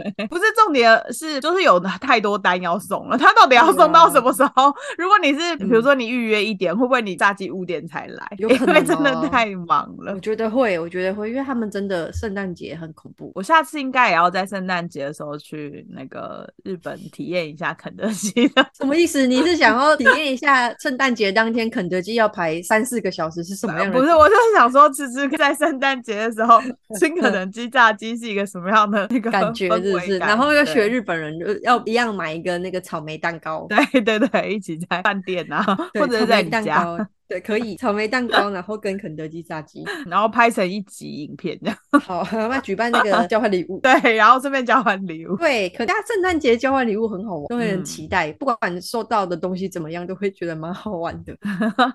Speaker 2: 对，不是重点是，就是有太多单要送了，他到底要
Speaker 1: 啊
Speaker 2: 送到什么时候？ 如果你是比如说你预约一点，会不会你炸鸡五点才来？
Speaker 1: 嗯有可能
Speaker 2: 因为真的
Speaker 1: 哦
Speaker 2: 太忙了
Speaker 1: 我。觉得会，我觉得会，因为他们真的圣诞节很恐怖。
Speaker 2: 我下次应该也要在圣诞节的时候去那个日本体验一下肯德基 的
Speaker 1: 什么意思？你是想要体验一下圣诞节当天肯德基要排三四个小时是什么样的？
Speaker 2: 啊不是，，我就是想说，吃吃在圣诞节的时候吃肯德基炸鸡是一个什么样的那 个
Speaker 1: 感觉
Speaker 2: 氛
Speaker 1: 是不
Speaker 2: 围
Speaker 1: 是？
Speaker 2: 感
Speaker 1: 然后要学
Speaker 2: 对
Speaker 1: 日本人，就要一样买一个那个草莓蛋糕，
Speaker 2: 对对对，一起在饭店啊，
Speaker 1: 对
Speaker 2: 或者
Speaker 1: 草
Speaker 2: 是在
Speaker 1: 莓
Speaker 2: 你
Speaker 1: 蛋
Speaker 2: 家，
Speaker 1: 糕，对，可以草莓蛋糕，然后跟肯德基炸 鸡，
Speaker 2: 然后拍成一集影片这样。
Speaker 1: 好，那举办那个交换礼物。
Speaker 2: 对，然后顺便交换礼物。
Speaker 1: 对，可大家圣诞节交换礼物很好玩，都会
Speaker 2: 嗯
Speaker 1: 很期待，不管收到的东西怎么样，都会觉得蛮好玩 的。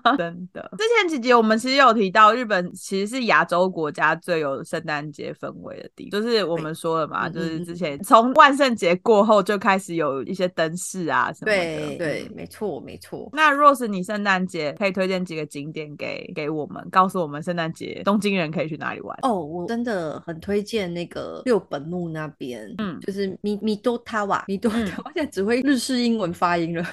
Speaker 1: 啊
Speaker 2: 真的，之前几集我们其实有提到，日本其实是亚洲国家最有圣诞节氛围的地方，就是我们说了嘛，
Speaker 1: 对
Speaker 2: 就是
Speaker 1: 嗯嗯
Speaker 2: 之前从万圣节过后就开始有一些灯饰啊什么的。
Speaker 1: 对对，。没错没错。
Speaker 2: 那若是你圣诞节可以推荐几个景点给给我们，告诉我们圣诞节东京人可以去哪里玩？
Speaker 1: 哦，我真的很推荐那个六本木那边，
Speaker 2: 嗯
Speaker 1: 就是米米多塔瓦，米多
Speaker 2: 嗯
Speaker 1: 塔瓦现在只会日式英文发 音了，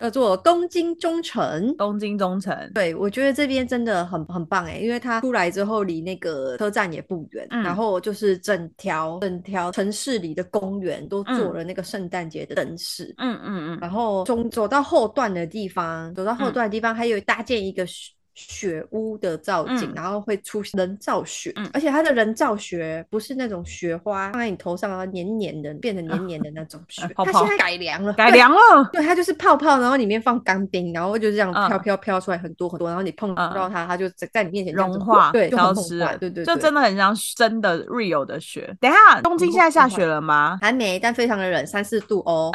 Speaker 1: 叫做东京中城。
Speaker 2: 东京中城，
Speaker 1: 对，我觉得这边真的很很棒哎，因为它出来之后离那个车站也不远，
Speaker 2: 嗯
Speaker 1: 然后就是整条整条城市里的公园都做
Speaker 2: 嗯
Speaker 1: 了那个圣诞节的灯饰，
Speaker 2: 嗯嗯嗯，
Speaker 1: 然后从走到后段的地方，走到后
Speaker 2: 嗯
Speaker 1: 段的地方还有搭建一个雪雪屋的造景，
Speaker 2: 嗯
Speaker 1: 然后会出人造雪，
Speaker 2: 嗯
Speaker 1: 而且它的人造雪不是那种雪花放在你头上然后黏黏的变得黏黏的那种 雪，
Speaker 2: 泡
Speaker 1: 它
Speaker 2: 泡
Speaker 1: 现在改良了，
Speaker 2: 改
Speaker 1: 对。
Speaker 2: 良了，
Speaker 1: 对，它就是泡泡，然后里面放干冰，然后就这样
Speaker 2: 嗯
Speaker 1: 飘飘飘出来很多很多，然后你碰
Speaker 2: 嗯
Speaker 1: 到它，它就在在你面前这样
Speaker 2: 融
Speaker 1: 子
Speaker 2: 化、
Speaker 1: 对，就很
Speaker 2: 消
Speaker 1: 梦
Speaker 2: 失
Speaker 1: 幻
Speaker 2: 了，
Speaker 1: 对对，
Speaker 2: 就
Speaker 1: 对
Speaker 2: 真的很像真的 real 的雪。等一下，东京现在下雪了吗？
Speaker 1: 还没，但非常的冷，三四度哦，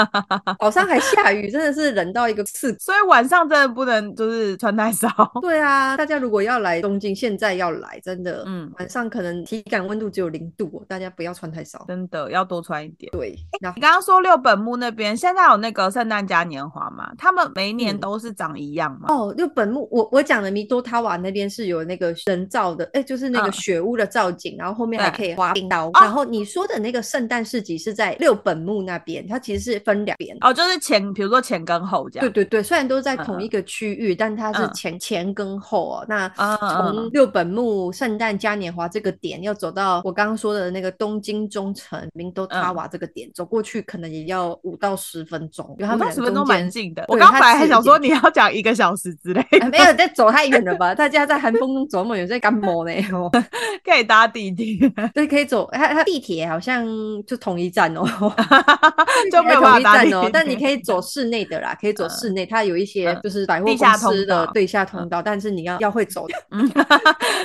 Speaker 1: 早上还下雨，真的是冷到一个刺
Speaker 2: 所以晚上真的不能就是穿太少。
Speaker 1: 对啊，大家如果要来东京，现在要来，真的，
Speaker 2: 嗯
Speaker 1: 晚上可能体感温度只有零度、哦，大家不要穿太少。
Speaker 2: 真的要多穿一点。
Speaker 1: 对，然后
Speaker 2: 你刚刚说六本木那边现在有那个圣诞嘉年华吗？他们每一年
Speaker 1: 嗯
Speaker 2: 都是长一样吗？
Speaker 1: 哦，六本木，我我讲的米多塔瓦那边是有那个人造的，哎，就是那个
Speaker 2: 嗯
Speaker 1: 雪屋的造景，然后后面还
Speaker 2: 对
Speaker 1: 可以滑冰刀。
Speaker 2: 哦
Speaker 1: 然后你说的那个圣诞市集是在六本木那边，它其实是分两边。
Speaker 2: 哦哦，就是前，比如说前跟后这
Speaker 1: 对
Speaker 2: 样。
Speaker 1: 对对，虽然都在同
Speaker 2: 嗯
Speaker 1: 一个区域，但它是
Speaker 2: 嗯
Speaker 1: 前前跟后哦。那
Speaker 2: 嗯嗯
Speaker 1: 从六本木圣诞嘉年华这个点，要走到我刚刚说的那个东京中城明都塔
Speaker 2: 嗯
Speaker 1: 瓦这个点，走过去可能也要五到十分钟，因为他
Speaker 2: 我
Speaker 1: 们
Speaker 2: 到
Speaker 1: 俩
Speaker 2: 十分
Speaker 1: 中
Speaker 2: 钟蛮
Speaker 1: 间
Speaker 2: 近的。
Speaker 1: 对
Speaker 2: 我刚
Speaker 1: 它
Speaker 2: 本来还
Speaker 1: 近
Speaker 2: 想
Speaker 1: 一
Speaker 2: 说
Speaker 1: 点
Speaker 2: 你要讲一个小时之类的，
Speaker 1: 哎没有再走太远了吧？大家在寒风中琢磨，有在干嘛呢？哦，
Speaker 2: 可以搭地铁，
Speaker 1: 对，可以走，它它地铁好像就同一站哦。
Speaker 2: 就没有
Speaker 1: 同
Speaker 2: 办法
Speaker 1: 一
Speaker 2: 搭地
Speaker 1: 站
Speaker 2: 铁
Speaker 1: 哦，。但你可以走室内的啦，可以走室内，它有一些
Speaker 2: 嗯
Speaker 1: 就是百货
Speaker 2: 地
Speaker 1: 公
Speaker 2: 下
Speaker 1: 司
Speaker 2: 通
Speaker 1: 的
Speaker 2: 道
Speaker 1: 对下通道，但是你要要会走，
Speaker 2: 嗯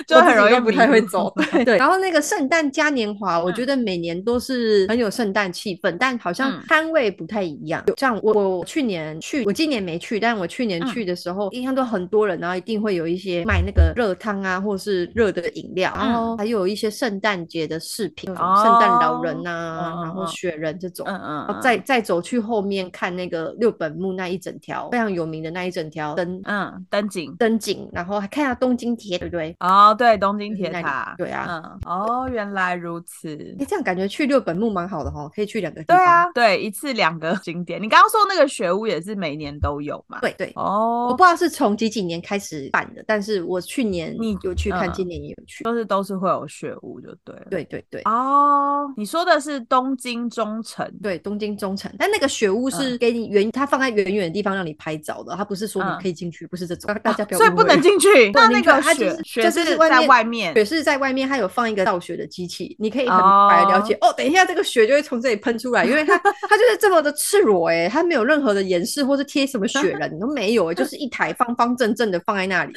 Speaker 2: 就
Speaker 1: 我
Speaker 2: 很
Speaker 1: 自己
Speaker 2: 容易
Speaker 1: 都不太
Speaker 2: 迷
Speaker 1: 会
Speaker 2: 路
Speaker 1: 走。对对，然后那个圣诞嘉年华，我
Speaker 2: 嗯
Speaker 1: 觉得每年都是很有圣诞气氛，但好像
Speaker 2: 嗯
Speaker 1: 摊位不太一样。有像我我去年去，我今年没去，但我去年
Speaker 2: 嗯
Speaker 1: 去的时候，印象都很多人，然后一定会有一些卖那个热汤啊，或是热的饮料，然
Speaker 2: 嗯
Speaker 1: 后还有一些圣诞节的饰品，有什么圣诞老人呐、
Speaker 2: 哦
Speaker 1: 然后
Speaker 2: 嗯嗯
Speaker 1: 雪人这种。
Speaker 2: 嗯嗯
Speaker 1: 然后
Speaker 2: 嗯
Speaker 1: 再再走去后面看那个六本木那一整条非常有名的那一整条灯
Speaker 2: 嗯登景
Speaker 1: 灯景，然后还看到东京铁，对不对？
Speaker 2: 哦，对，东京
Speaker 1: 就是
Speaker 2: 铁
Speaker 1: 那里
Speaker 2: 塔，
Speaker 1: 对啊
Speaker 2: 嗯，哦，原来如此。
Speaker 1: 哎，这样感觉去六本木蛮好的哈、可以去两个地
Speaker 2: 对
Speaker 1: 方。
Speaker 2: 啊，对，一次两个 景点。你刚刚说那个学屋也是每年都有嘛？，
Speaker 1: 对对，我
Speaker 2: 哦
Speaker 1: 不，知道是从几几年开始办的，但是我去年
Speaker 2: 你
Speaker 1: 有去看，
Speaker 2: 嗯
Speaker 1: 今年也有去。
Speaker 2: 就是都是会有学屋就对了。
Speaker 1: 对对对。
Speaker 2: 哦，你说的是东京中城，
Speaker 1: 对，东京中城，但那个雪屋是给你远，它放在远远的地方让你拍照的，它不是说你
Speaker 2: 嗯哦
Speaker 1: 可以进去，不是这种，大家不要误
Speaker 2: 所
Speaker 1: 会。
Speaker 2: 以不能进去。
Speaker 1: 欸 不
Speaker 2: 那
Speaker 1: 能
Speaker 2: 那
Speaker 1: 进去啊
Speaker 2: 个
Speaker 1: 它就
Speaker 2: 雪
Speaker 1: 是
Speaker 2: 雪
Speaker 1: 就是
Speaker 2: 是
Speaker 1: 外
Speaker 2: 在
Speaker 1: 面
Speaker 2: 外面
Speaker 1: 雪是在外面，它有放一个倒雪的机器，你可以很白了解哦等一下这个雪就会从这里喷出来，因为它它就是这么的赤裸哎、它没有任何的掩饰或是贴什么雪人都没有哎、就是一台方方正正的放在那里，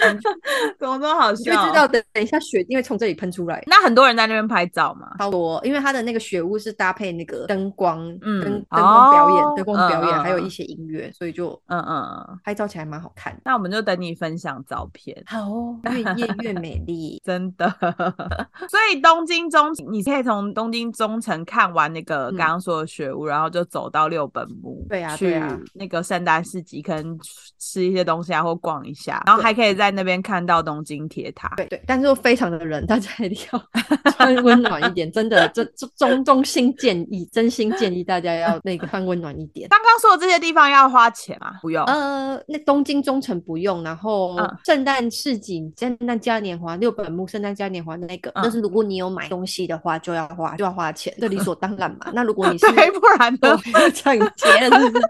Speaker 2: 怎么这么好
Speaker 1: 你就
Speaker 2: 笑？
Speaker 1: 知道等等一下雪一定会从这里喷出来。
Speaker 2: 那很多人在那边拍照嘛。
Speaker 1: 超多，因为它的那个雪屋是搭配那个灯光，
Speaker 2: 嗯
Speaker 1: 灯灯光表演
Speaker 2: 哦，
Speaker 1: 灯光表演，
Speaker 2: 嗯嗯
Speaker 1: 还有
Speaker 2: 嗯
Speaker 1: 一些音乐，所以就
Speaker 2: 嗯嗯，嗯
Speaker 1: 拍照起来蛮好看的。
Speaker 2: 那我们就等你分享照片。
Speaker 1: 好哦，越夜越美丽。
Speaker 2: 真的， 所以东京中，你可以从东京中城看完那个
Speaker 1: 嗯
Speaker 2: 刚刚说的雪屋，然后就走到六本木，
Speaker 1: 对啊对
Speaker 2: 去
Speaker 1: 啊
Speaker 2: 那个圣诞市集，可能吃一些东西啊，或逛一下，然后还可以在那边看到东京铁塔。
Speaker 1: 对对，但是又非常的冷，大家一定要 穿温暖一点，真的，这这衷衷心建议，真心建议大家要那个穿温暖一点。
Speaker 2: 刚刚说的这些地方要花钱吗？不用，
Speaker 1: 呃，那东京中城不用，然后
Speaker 2: 嗯
Speaker 1: 圣诞市集、圣诞嘉年华、六本木圣诞嘉年华那个，但
Speaker 2: 嗯
Speaker 1: 是如果你有买东西的话，就要花就要花钱，这理所当然嘛。那如果你 是
Speaker 2: 对，不然
Speaker 1: 我
Speaker 2: 呢，
Speaker 1: 没有抢劫了，是不是？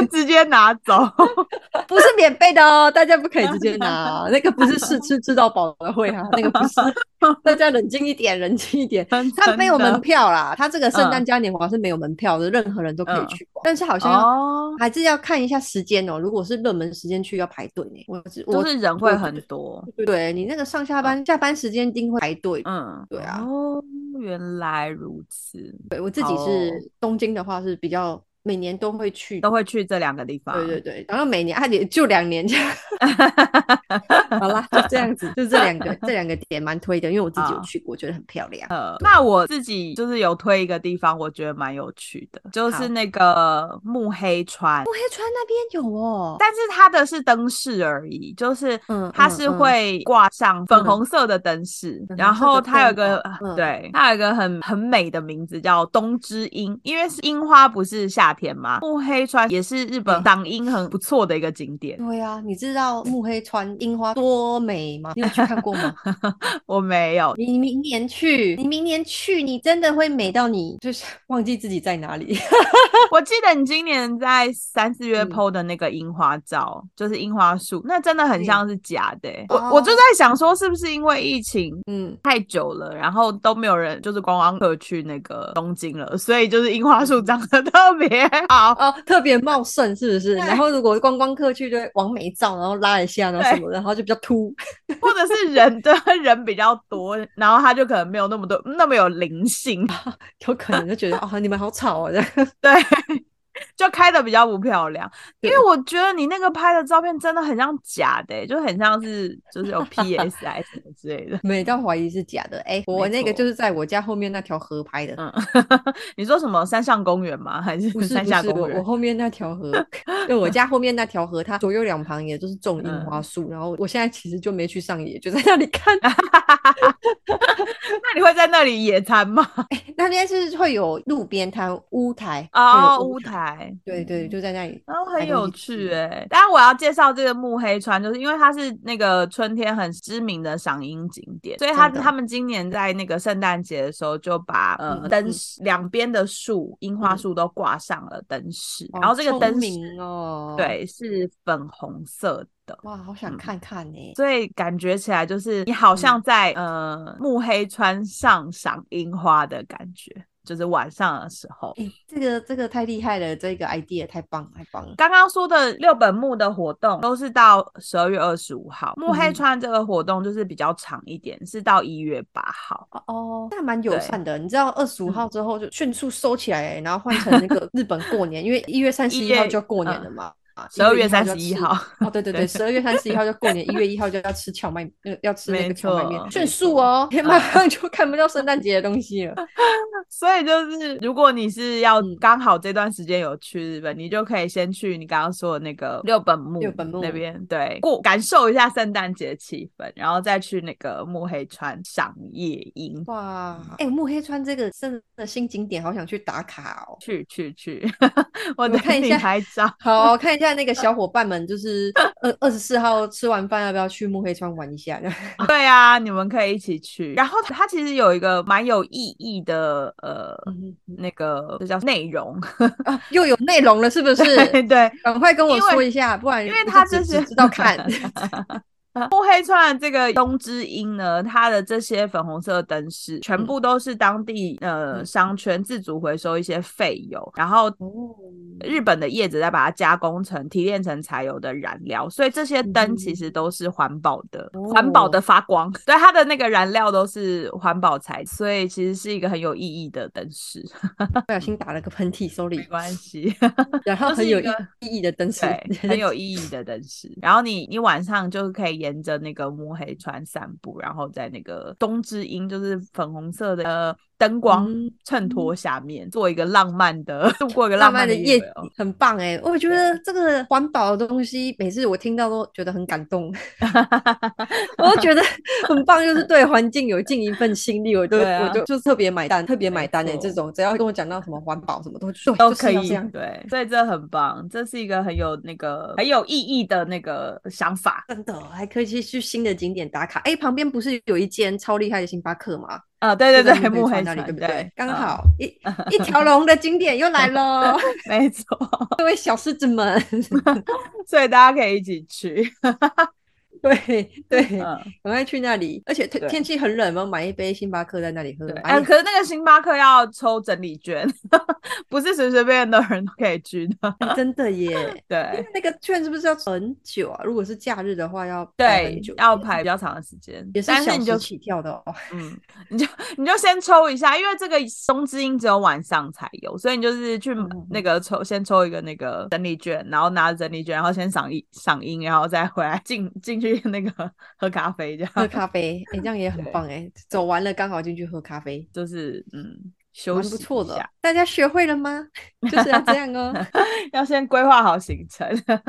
Speaker 2: 就直接拿 走。
Speaker 1: 不是免费的哦，大家不可以直接拿，啊那个不是试吃吃到饱的会啊，那个 不是，大家冷静一点，冷静一点。它没有门票啦，它这个
Speaker 2: 嗯
Speaker 1: 圣诞嘉年华是没有门票的，任何人都可以去逛，但是好像要
Speaker 2: 哦，
Speaker 1: 还是要看一下时间哦。如果是热门时间去要排队呢，我只
Speaker 2: 就
Speaker 1: 我
Speaker 2: 是人
Speaker 1: 我
Speaker 2: 会
Speaker 1: 觉
Speaker 2: 很
Speaker 1: 得
Speaker 2: 多。
Speaker 1: 对你那个上下班下班时间一定会排队。
Speaker 2: 嗯，
Speaker 1: 对啊
Speaker 2: 哦，原来如此，
Speaker 1: 对我自己
Speaker 2: 好哦
Speaker 1: 是东京的话是比较每年都会去，
Speaker 2: 都会去这两个地方。
Speaker 1: 对对对，然后每年啊也就两年 这样。好啦，就这样子，就这两个这两个点蛮推的，因为我自己有
Speaker 2: 好
Speaker 1: 去过，觉得很漂亮。
Speaker 2: 呃，那我自己就是有推一个地方，我觉得蛮有趣的，就
Speaker 1: 好
Speaker 2: 是那个目黑川，
Speaker 1: 黑川那边有哦，
Speaker 2: 但是它的是灯饰而已，就是
Speaker 1: 嗯
Speaker 2: 它
Speaker 1: 嗯
Speaker 2: 是
Speaker 1: 嗯
Speaker 2: 会挂上
Speaker 1: 嗯
Speaker 2: 粉红色的灯饰，
Speaker 1: 粉
Speaker 2: 然
Speaker 1: 红色的
Speaker 2: 后它有
Speaker 1: 灯
Speaker 2: 个、
Speaker 1: 哦嗯
Speaker 2: 对，它有一个很很美的名字叫冬之樱，因为是樱花不是夏天嘛，目黑川也是日本
Speaker 1: 对
Speaker 2: 赏樱很不错的一个景点。
Speaker 1: 对啊，你知道目黑川樱花多美吗？你有去看过吗？
Speaker 2: 我没有，
Speaker 1: 你明年去，你明年去，你真的会美到你就是 忘记自己在哪里。
Speaker 2: 我记得你今年在三四月
Speaker 1: 嗯
Speaker 2: PO 的那个樱花照，就是樱花树，那真的很
Speaker 1: 嗯
Speaker 2: 像是假的欸、
Speaker 1: 哦
Speaker 2: 我我就在想说，是不是因为疫情
Speaker 1: 嗯，
Speaker 2: 太久了，然后都没有人就是观光客去那个东京了，所以就是樱花树
Speaker 1: 嗯
Speaker 2: 长得 特别好。
Speaker 1: 哦，特别茂盛是不是？然后如果观光客去，就会往美照，然后拉一下，然后什么的，然后就比较凸。
Speaker 2: 或者是人的人比较多，然后它就可能没有那么多那么有灵性，
Speaker 1: 有可能就觉得哦， 你们好吵啊！这样
Speaker 2: 对，就开的比较不漂亮。因为
Speaker 1: 对
Speaker 2: 我觉得你那个拍的照片真的很像假的欸、就很像是就是有 PS 还是什么之类的。
Speaker 1: 美到怀疑是假的。哎、我
Speaker 2: 没
Speaker 1: 那个
Speaker 2: 错
Speaker 1: 就是在我家后面那条河拍的，
Speaker 2: 嗯， 你说什么山上公园吗？还是
Speaker 1: 不是
Speaker 2: 山
Speaker 1: 不
Speaker 2: 下
Speaker 1: 是，
Speaker 2: 公
Speaker 1: 我我
Speaker 2: 园？
Speaker 1: 后面那条河， 对我家后面那条河，它左右两旁也都是种樱
Speaker 2: 嗯
Speaker 1: 花树，然后我现在其实就没去上野，就在那里看。
Speaker 2: 那那你会在那里野餐吗？
Speaker 1: 那边是会有路边摊、屋台
Speaker 2: 哦，
Speaker 1: 会有
Speaker 2: 乌台，
Speaker 1: 对对，就在那里。
Speaker 2: 然后很
Speaker 1: 买东
Speaker 2: 有
Speaker 1: 西
Speaker 2: 趣
Speaker 1: 吃
Speaker 2: 哎、欸，当然我要介绍这个木黑川，就是因为它是那个春天很知名的赏樱景点，所以它
Speaker 1: 真的
Speaker 2: 他们今年在那个圣诞节的时候就把呃
Speaker 1: 嗯
Speaker 2: 灯
Speaker 1: 嗯
Speaker 2: 饰两边的树樱花
Speaker 1: 嗯
Speaker 2: 树都挂上了灯饰，
Speaker 1: 好
Speaker 2: 然后这个
Speaker 1: 哦聪
Speaker 2: 灯饰
Speaker 1: 明哦，，
Speaker 2: 对是粉红色的。
Speaker 1: 哇，好
Speaker 2: 嗯
Speaker 1: 想看看呢。
Speaker 2: 所以感觉起来就是你好
Speaker 1: 嗯
Speaker 2: 像在、呃木黑川上赏樱花的感觉，就是晚上的时候。
Speaker 1: 哎，这个这个太厉害了，这个 idea 太棒了太棒了。
Speaker 2: 刚刚说的六本木的活动都是到十二月二十五号，木黑
Speaker 1: 嗯
Speaker 2: 川这个活动就是比较长一点，是到一月八号。
Speaker 1: 哦哦，那蛮友
Speaker 2: 对
Speaker 1: 善的。你知道二十五
Speaker 2: 嗯
Speaker 1: 号之后就迅速收起来，然后换成那 个日本过年，因为一月三十一号
Speaker 2: 1
Speaker 1: 就要过年
Speaker 2: 嗯
Speaker 1: 了嘛。啊
Speaker 2: 12
Speaker 1: 1
Speaker 2: 月
Speaker 1: 1就要
Speaker 2: 31
Speaker 1: 吃
Speaker 2: 号
Speaker 1: 哦，对对
Speaker 2: 对
Speaker 1: 对，十二月三十一号就过年，一月一号就要吃荞麦，呃要吃那
Speaker 2: 没
Speaker 1: 个荞麦面
Speaker 2: 错，没
Speaker 1: 迅速哦，马上就看不到圣诞节的东西了。
Speaker 2: 所以就是，如果你是要
Speaker 1: 嗯
Speaker 2: 刚好这段时间有去日本，你就可以先去你刚刚说的那个六本木
Speaker 1: 六本木
Speaker 2: 那边，对，过感受一下圣诞节气氛，然后再去那个木黑川赏夜樱。
Speaker 1: 哇，哎、木黑川这个真的新景点，好想去打卡哦。
Speaker 2: 去去去，我
Speaker 1: 你们
Speaker 2: 等
Speaker 1: 看一
Speaker 2: 你
Speaker 1: 下
Speaker 2: 拍照。
Speaker 1: 好，看一下那个小伙伴们，就是 二二十四号吃完饭要不要去木黑川玩一下？
Speaker 2: 对啊，你们可以一起去。然后它它其实有一个蛮有意义的呃
Speaker 1: 嗯
Speaker 2: 那个这叫内容，
Speaker 1: 啊，又有内容了是不是？
Speaker 2: 对，
Speaker 1: 赶快跟我
Speaker 2: 因为
Speaker 1: 说一下，不然
Speaker 2: 因为
Speaker 1: 我
Speaker 2: 它
Speaker 1: 就只
Speaker 2: 就
Speaker 1: 只
Speaker 2: 是
Speaker 1: 知道 看。
Speaker 2: 木黑川的这个东之樱呢，它的这些粉红色的灯饰全部都是当地呃
Speaker 1: 嗯
Speaker 2: 商圈自主回收一些废油，然后
Speaker 1: 哦，
Speaker 2: 日本的业者再把它加工成提炼成柴油的燃料，所以这些灯其实都是环保的，
Speaker 1: 嗯
Speaker 2: 环保的发光。 对，它的那个燃料都是环保材，所以其实是一个很有意义的灯饰。
Speaker 1: 不小心打了个喷嚏
Speaker 2: 没
Speaker 1: ，sorry。
Speaker 2: 关系，
Speaker 1: 然后
Speaker 2: 就是
Speaker 1: 很有意
Speaker 2: 一个
Speaker 1: 意义的灯饰，
Speaker 2: 对， 很有意义的灯饰。然后你你晚上就可以沿着那个摸黑川散步，然后在那个东之樱，就是粉红色的呃灯光
Speaker 1: 嗯
Speaker 2: 衬托下面，做一个浪漫的 度过一个
Speaker 1: 浪
Speaker 2: 漫
Speaker 1: 漫的
Speaker 2: 夜
Speaker 1: 夜
Speaker 2: 晚哦。
Speaker 1: 很棒哎、我觉得这个环保的东西，每次我听到都觉得很感动， 我都觉得很棒，就是对环境有尽一份心力，我都、
Speaker 2: 对啊
Speaker 1: 我就就特别买单，特别
Speaker 2: 没
Speaker 1: 买单哎、
Speaker 2: 错
Speaker 1: 这种只要跟我讲到什么环保什么都对，
Speaker 2: 都
Speaker 1: 就是
Speaker 2: 可
Speaker 1: 要
Speaker 2: 以
Speaker 1: 这样，
Speaker 2: 对，所以这很棒，这是一个很有那个很有意义的那个想法。
Speaker 1: 真的还可以去去新的景点打卡。哎、旁边不是有一间超厉害的星巴克吗？
Speaker 2: 啊，对对
Speaker 1: 就在
Speaker 2: 对，
Speaker 1: 木
Speaker 2: 木
Speaker 1: 黑
Speaker 2: 黑
Speaker 1: 川那里，对不对？刚
Speaker 2: 嗯
Speaker 1: 好一一条龙的景点又来了，
Speaker 2: 没错，
Speaker 1: 各位小狮子们，
Speaker 2: 所以大家可以一起去。
Speaker 1: 对 对，
Speaker 2: 嗯，
Speaker 1: 赶快去那里，而且天
Speaker 2: 对
Speaker 1: 天气很冷嘛，买一杯星巴克在那里喝
Speaker 2: 对，。哎、
Speaker 1: 哎呀，
Speaker 2: 可是那个星巴克要抽整理券，不是随随便便的人都可以去的。
Speaker 1: 哎真的耶！因
Speaker 2: 对
Speaker 1: 为那个券是不是要很久啊？如果是假日的话，要排
Speaker 2: 对
Speaker 1: 很久，，
Speaker 2: 要排比较长的时间，
Speaker 1: 也是
Speaker 2: 但是
Speaker 1: 小
Speaker 2: 你就
Speaker 1: 时起跳的 哦。
Speaker 2: 嗯，你就你就先抽一下，因为这个松之音只有晚上才有，所以你就是去
Speaker 1: 嗯嗯
Speaker 2: 那个抽，先抽一个那个整理券，然后拿着整理券，然后先赏一赏樱，然后再回来进进去那个 喝咖啡，这样
Speaker 1: 喝咖啡，哎，这样也很
Speaker 2: 对
Speaker 1: 棒哎。走完了刚好进去喝咖啡，
Speaker 2: 就是嗯休
Speaker 1: 蛮
Speaker 2: 息
Speaker 1: 不错的哦
Speaker 2: 一下，。
Speaker 1: 大家学会了吗？ 就是要这样 哦。
Speaker 2: 要先规划好行程，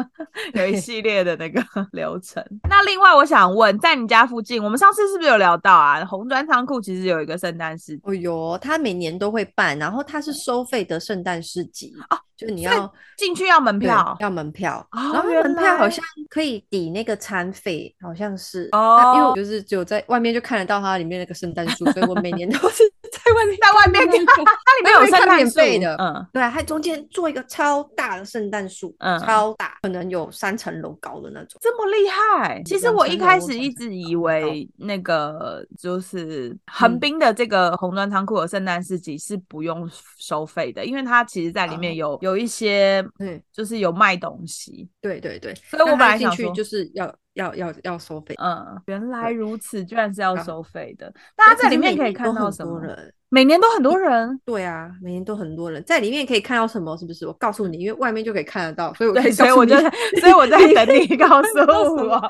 Speaker 2: 有一
Speaker 1: 对
Speaker 2: 系列的那个 流程。那另外，我想问，在你家附近，我们上次是不是有聊到啊？红砖仓库其实有一个圣诞市集，
Speaker 1: 哦哟，他每年都会办，然后它是收费的圣诞市集
Speaker 2: 哦，
Speaker 1: 就是你
Speaker 2: 所以
Speaker 1: 要
Speaker 2: 进去要门
Speaker 1: 对
Speaker 2: 票。
Speaker 1: 要门票，
Speaker 2: 哦
Speaker 1: 然后它
Speaker 2: 原
Speaker 1: 门票好
Speaker 2: 来
Speaker 1: 像可以抵那个餐费，好像是
Speaker 2: 哦
Speaker 1: 那因为我就是只有在外面就看得到它里面那个圣诞树，所以我每年都是在外面
Speaker 2: 在外
Speaker 1: 看
Speaker 2: 面看
Speaker 1: 那种。
Speaker 2: 它里面有
Speaker 1: 那边
Speaker 2: 圣
Speaker 1: 看
Speaker 2: 诞
Speaker 1: 免
Speaker 2: 树
Speaker 1: 费的
Speaker 2: 嗯，
Speaker 1: 对啊，它中间做一个超大的圣诞树，
Speaker 2: 嗯
Speaker 1: 超大，可能有三层楼高的那种。
Speaker 2: 这么厉害。其实
Speaker 1: 两
Speaker 2: 我一
Speaker 1: 层
Speaker 2: 开
Speaker 1: 楼
Speaker 2: 始
Speaker 1: 两
Speaker 2: 一
Speaker 1: 层
Speaker 2: 直
Speaker 1: 楼
Speaker 2: 以
Speaker 1: 高
Speaker 2: 为那个就是横
Speaker 1: 嗯
Speaker 2: 滨的这个红砖仓库的圣诞市集是不用收费的，因为它其实在里面
Speaker 1: 哦
Speaker 2: 有、有一些
Speaker 1: 嗯，
Speaker 2: 就是有卖东西。
Speaker 1: 对对对，
Speaker 2: 所以我
Speaker 1: 那
Speaker 2: 本
Speaker 1: 它
Speaker 2: 来
Speaker 1: 一进
Speaker 2: 想
Speaker 1: 去
Speaker 2: 说
Speaker 1: 就是要要要要收费。
Speaker 2: 嗯，原来
Speaker 1: 对
Speaker 2: 如此，居然是要
Speaker 1: 啊
Speaker 2: 收费的。大家
Speaker 1: 可
Speaker 2: 在
Speaker 1: 是
Speaker 2: 里面
Speaker 1: 每
Speaker 2: 可以
Speaker 1: 年都
Speaker 2: 看到
Speaker 1: 很
Speaker 2: 什
Speaker 1: 多
Speaker 2: 么？
Speaker 1: 人
Speaker 2: 每年都很 多人，
Speaker 1: 对啊，每年都很多人在里面可以看到什么，是不是？我告诉你，因为外面就可以看得到，所以我可
Speaker 2: 对，
Speaker 1: 以告
Speaker 2: 所以
Speaker 1: 诉
Speaker 2: 我
Speaker 1: 你
Speaker 2: 就在，所以我在等你告诉
Speaker 1: 到什
Speaker 2: 我。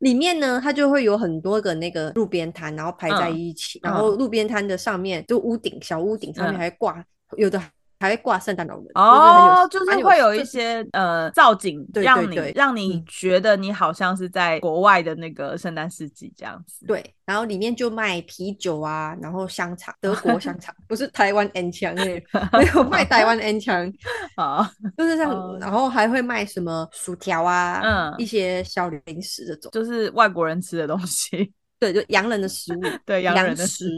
Speaker 1: 里面呢，它就会有很多个那个路边摊，然后排在
Speaker 2: 嗯
Speaker 1: 一起，然后路边摊的上面就屋顶小屋顶上面
Speaker 2: 嗯
Speaker 1: 还挂，有的还会挂圣诞老人，
Speaker 2: 哦，
Speaker 1: 就
Speaker 2: 就是
Speaker 1: 很
Speaker 2: 是
Speaker 1: 有
Speaker 2: 会有
Speaker 1: 就
Speaker 2: 一
Speaker 1: 是
Speaker 2: 些呃造景，
Speaker 1: 对
Speaker 2: 让
Speaker 1: 对
Speaker 2: 你
Speaker 1: 对
Speaker 2: 让你
Speaker 1: 嗯
Speaker 2: 觉得你好像是在国外的那个圣诞市集这样子。
Speaker 1: 对，然后里面就卖啤酒啊，然后香肠，德国 香肠，不是台湾 N 强诶，没有卖台湾 N 强，
Speaker 2: 啊，
Speaker 1: 就是像，
Speaker 2: 哦
Speaker 1: 然后还会卖什么薯条啊，
Speaker 2: 嗯
Speaker 1: 一些小零食这种，
Speaker 2: 就是外国人吃的东西，
Speaker 1: 对，就洋人的食物，
Speaker 2: 对洋人
Speaker 1: 洋
Speaker 2: 的吃
Speaker 1: 食。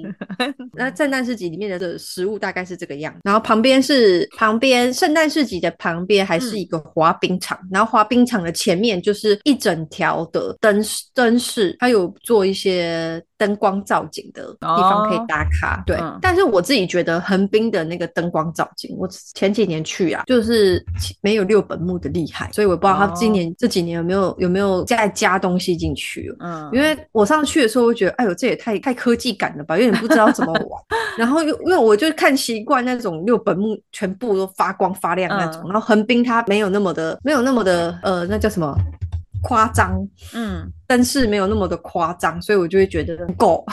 Speaker 1: 那圣诞市集里面的食物大概是这个样，然后旁边是旁边圣诞市集的旁边还是一个滑冰场，然后滑冰场的前面就是一整条的灯饰灯饰，它有做一些灯光造景的地方可以打卡。对，
Speaker 2: 嗯
Speaker 1: 但是我自己觉得横滨的那个灯光造景，我前几年去啊，就是没有六本木的厉害，所以我不知道他今年、这几年有没有有没有再加东西进去哦。
Speaker 2: 嗯，
Speaker 1: 因为我上去的时候，我觉得，哎呦，这也太太科技感了吧，有点不知道怎么玩。然后又因为我就看习惯那种六本木全部都发光发亮那种，
Speaker 2: 嗯
Speaker 1: 然后横滨它没有那么的，没有那么的，呃，那叫什么夸张，
Speaker 2: 嗯，
Speaker 1: 但是没有那么的夸张，所以我就会觉得不够。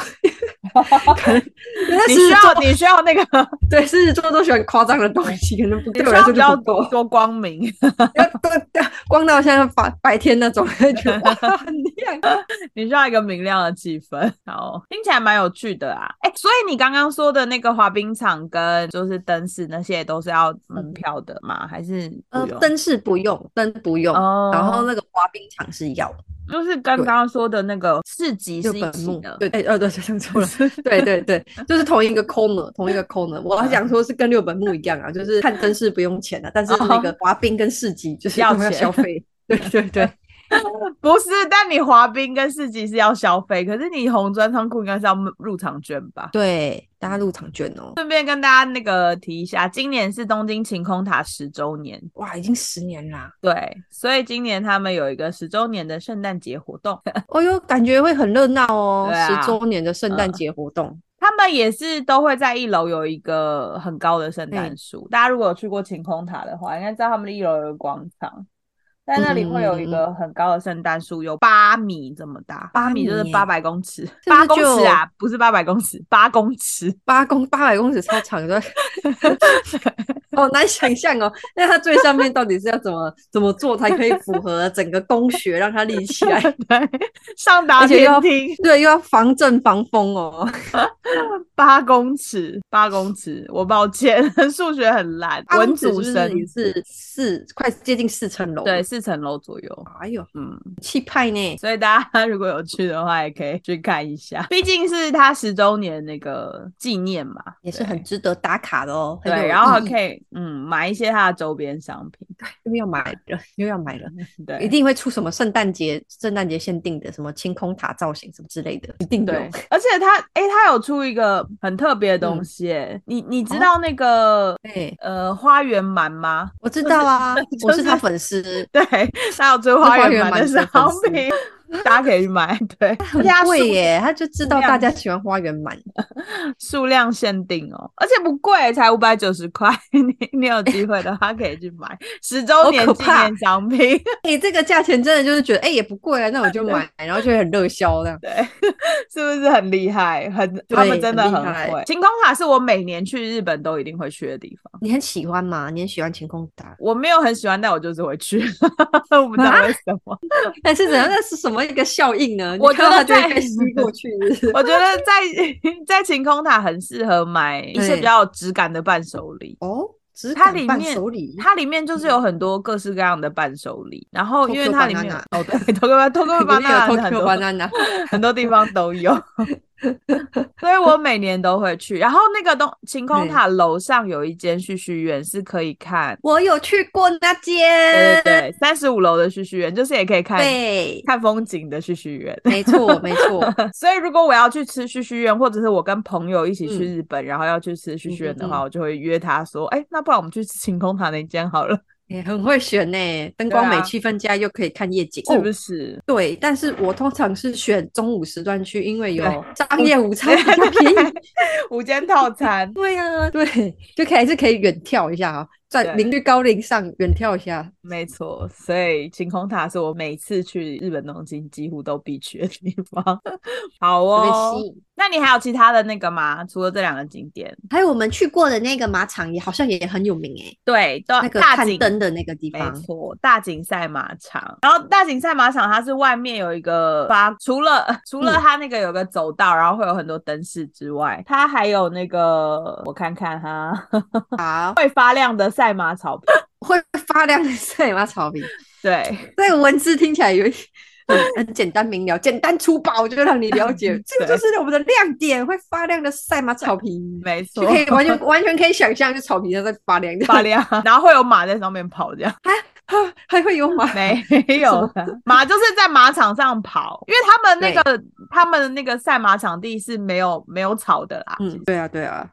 Speaker 1: 可能那
Speaker 2: 你
Speaker 1: 狮
Speaker 2: 需
Speaker 1: 子座
Speaker 2: 要你需要那个，
Speaker 1: 对狮子座都喜欢夸张的东西，可能不
Speaker 2: 你
Speaker 1: 对
Speaker 2: 需
Speaker 1: 我来
Speaker 2: 要
Speaker 1: 说
Speaker 2: 比
Speaker 1: 就
Speaker 2: 较
Speaker 1: 不够。
Speaker 2: 多光明。
Speaker 1: 要光光到现在白白天那种， 就觉得哇很 亮。
Speaker 2: 你需要一个明亮的气氛，好，听起来蛮有趣的啊。哎、所以你刚刚说的那个滑冰场跟就是灯饰那些都是要门票的吗？还是不
Speaker 1: 嗯呃
Speaker 2: 用，？
Speaker 1: 灯是不用，灯不用，
Speaker 2: 哦
Speaker 1: 然后那个滑冰场是要的，
Speaker 2: 就是跟刚刚说的那个市集
Speaker 1: 就是
Speaker 2: 一
Speaker 1: 本
Speaker 2: 起
Speaker 1: 木
Speaker 2: 的，
Speaker 1: 对，哎、呃，对，讲错了， 对对对，就是同一个 corner，同一个 corner。我要讲说是跟六本木一样啊，就是看灯是不用钱的、但是那个滑冰跟市集就是
Speaker 2: 要
Speaker 1: 都哦要
Speaker 2: 钱
Speaker 1: 消费。对对 对，
Speaker 2: 不是？但你滑冰跟市集是要消费，可是你红砖仓库应该是要入场券吧？
Speaker 1: 对，大家入场券哦，
Speaker 2: 顺便跟大家那个提一下，今年是东京晴空塔十周年，
Speaker 1: 哇，已经十年 啦，
Speaker 2: 对，所以今年他们有一个十周年的圣诞节活动。
Speaker 1: 哦哟，感觉会很热闹哦，
Speaker 2: 对
Speaker 1: 十
Speaker 2: 啊
Speaker 1: 周年的圣诞节活动，
Speaker 2: 他们也是都会在一楼有一个很高的圣
Speaker 1: 嗯
Speaker 2: 诞树。大家如果有去过晴空塔的话，应该知道他们的一楼有个广场，在那里会有
Speaker 1: 嗯
Speaker 2: 一个很高的圣诞树，有八米这么大，
Speaker 1: 八
Speaker 2: 八米
Speaker 1: 米
Speaker 2: 就是
Speaker 1: 耶
Speaker 2: 八百公尺，
Speaker 1: 是
Speaker 2: 八公尺啊，不是八百公尺，八公尺。
Speaker 1: 八公八百公尺超长的， 好难想象哦。那它最上面到底是要怎么怎么做才可以符合整个工学，让它立起 来？
Speaker 2: 对，上达
Speaker 1: 而且又
Speaker 2: 天
Speaker 1: 要
Speaker 2: 梯
Speaker 1: 对，又要防震防风哦。
Speaker 2: 八公尺，八公尺，我抱歉， 数学很烂， 文
Speaker 1: 文
Speaker 2: 组
Speaker 1: 组
Speaker 2: 生
Speaker 1: 生也是四，快接近四层楼。
Speaker 2: 对，，四层楼左右，
Speaker 1: 哎呦，
Speaker 2: 嗯。
Speaker 1: 气派呢。
Speaker 2: 所以大家 如果有去的话，也可以去看一下，毕竟是他十周年那个纪念嘛，
Speaker 1: 也是
Speaker 2: 对
Speaker 1: 很值得打卡的哦，很
Speaker 2: 对，
Speaker 1: 有
Speaker 2: 然后
Speaker 1: 意义
Speaker 2: 可以嗯买一些他的周边商品，
Speaker 1: 又要买了，又要买了，嗯一
Speaker 2: 对
Speaker 1: 定会出什么圣诞节、圣诞节限定的什么清空塔造型什么之类的，一定有。
Speaker 2: 对，而且他哎、他有出一个很特别的东
Speaker 1: 嗯
Speaker 2: 西耶、你你
Speaker 1: 哦
Speaker 2: 知道那个、
Speaker 1: 对，
Speaker 2: 呃花园蛮吗？
Speaker 1: 我知道啊，
Speaker 2: 是
Speaker 1: 我是他粉丝，
Speaker 2: 对，他有追花
Speaker 1: 花
Speaker 2: 园
Speaker 1: 园
Speaker 2: 蛮的
Speaker 1: 蛮
Speaker 2: 商
Speaker 1: 的粉丝
Speaker 2: 品，大家可以去买，对，而且它
Speaker 1: 很贵
Speaker 2: 数
Speaker 1: 耶，他就知道
Speaker 2: 量
Speaker 1: 大家喜欢花园 满，
Speaker 2: 数量限定哦，而且不贵，才五百九十块。 你你有机会的话可以去买十周
Speaker 1: 好
Speaker 2: 年
Speaker 1: 可
Speaker 2: 纪
Speaker 1: 怕
Speaker 2: 念商品。
Speaker 1: 哎，这个价钱真的就是觉得，哎，也不贵啊，那我就买，然后就会很热销这样。
Speaker 2: 对，啊是不是很厉害？很，他们
Speaker 1: 对
Speaker 2: 真的
Speaker 1: 很厉
Speaker 2: 很
Speaker 1: 害
Speaker 2: 会。晴空塔是我每年去日本都一定会去的地方。
Speaker 1: 你很喜欢吗？你很喜欢晴空塔？
Speaker 2: 我没有很喜欢，但我就是会去， 我不知道为什么。
Speaker 1: 但是怎样？那是什么一个效应呢？
Speaker 2: 我
Speaker 1: 你看到
Speaker 2: 觉得
Speaker 1: 它就会
Speaker 2: 在
Speaker 1: 被 吸过去，是不是？
Speaker 2: 我觉得在在 晴空塔很适合买一些
Speaker 1: 对
Speaker 2: 比较有质感的伴手礼。
Speaker 1: 哦，只
Speaker 2: 它
Speaker 1: 感
Speaker 2: 里
Speaker 1: 伴
Speaker 2: 面
Speaker 1: 手礼，
Speaker 2: 它里面就是有很多各式各样的伴手礼，然后因为
Speaker 1: Tokyo
Speaker 2: 它里面有
Speaker 1: banana
Speaker 2: 哦对，偷个偷 个
Speaker 1: 里
Speaker 2: 巴
Speaker 1: 面有
Speaker 2: 那很
Speaker 1: Tokyo
Speaker 2: 多
Speaker 1: banana，
Speaker 2: 很多地方都有，所以我每年都会去。然后那 个东晴空塔楼上有一间旭旭苑是可以看，
Speaker 1: 我有去过那
Speaker 2: 对
Speaker 1: 间，
Speaker 2: 对对，三十五楼的旭旭苑就是也可以看
Speaker 1: 对，
Speaker 2: 看风景的旭旭苑。
Speaker 1: 没错没错，
Speaker 2: 所以如果我要去吃旭旭苑，或者是我跟朋友一起去
Speaker 1: 嗯
Speaker 2: 日本，然后要去吃旭旭苑的
Speaker 1: 嗯
Speaker 2: 话，
Speaker 1: 嗯
Speaker 2: 我就会约他说，哎、那不然我们去吃晴空塔那间好了，
Speaker 1: 也很会选呢，灯光
Speaker 2: 对
Speaker 1: 美，
Speaker 2: 啊
Speaker 1: 气氛佳，又可以看夜景，
Speaker 2: 是不
Speaker 1: 哦？
Speaker 2: 是？
Speaker 1: 对，但是我通常是选中午时段去，因为有
Speaker 2: 对
Speaker 1: 商业午餐比较便宜。
Speaker 2: 午间套餐。
Speaker 1: 对啊，对，就可以还是可以远眺一下啊。在
Speaker 2: 对
Speaker 1: 邻居高龄上远眺一下。
Speaker 2: 没错，所以晴空塔是我每次去日本东京几乎都必去的地 方。好哦
Speaker 1: 被吸，引
Speaker 2: 那你还有其他的那个吗？除了这两个景点，
Speaker 1: 还有我们去过的那个马场也好像也很有名诶、
Speaker 2: 对，都
Speaker 1: 那个
Speaker 2: 啊大
Speaker 1: 看
Speaker 2: 景
Speaker 1: 灯的那个地
Speaker 2: 没
Speaker 1: 方，
Speaker 2: 错，大井赛马场。然后大井赛马场它是外面有一个发，除了 除
Speaker 1: 嗯
Speaker 2: 了它那个有个走道，然后会有很多灯饰之外，它还有那个我看看哈，
Speaker 1: 好
Speaker 2: 会发亮的赛马草坪。
Speaker 1: 会发亮的赛马草坪。
Speaker 2: 对，
Speaker 1: 这个文字听起来有一很很简单明了，简单粗暴就让你了 解，这个就是我们的亮点，会发亮的赛马草坪，
Speaker 2: 没
Speaker 1: 就
Speaker 2: 错，
Speaker 1: 可以完全完全可以想象，就草坪上在发亮，
Speaker 2: 发亮，然后会有马在上面跑这样。
Speaker 1: 还会有马，
Speaker 2: 没有啦马就是在马场上跑，因为他们那个他们的那个赛马场地是没有没有草的啦，
Speaker 1: 嗯，对啊，对啊，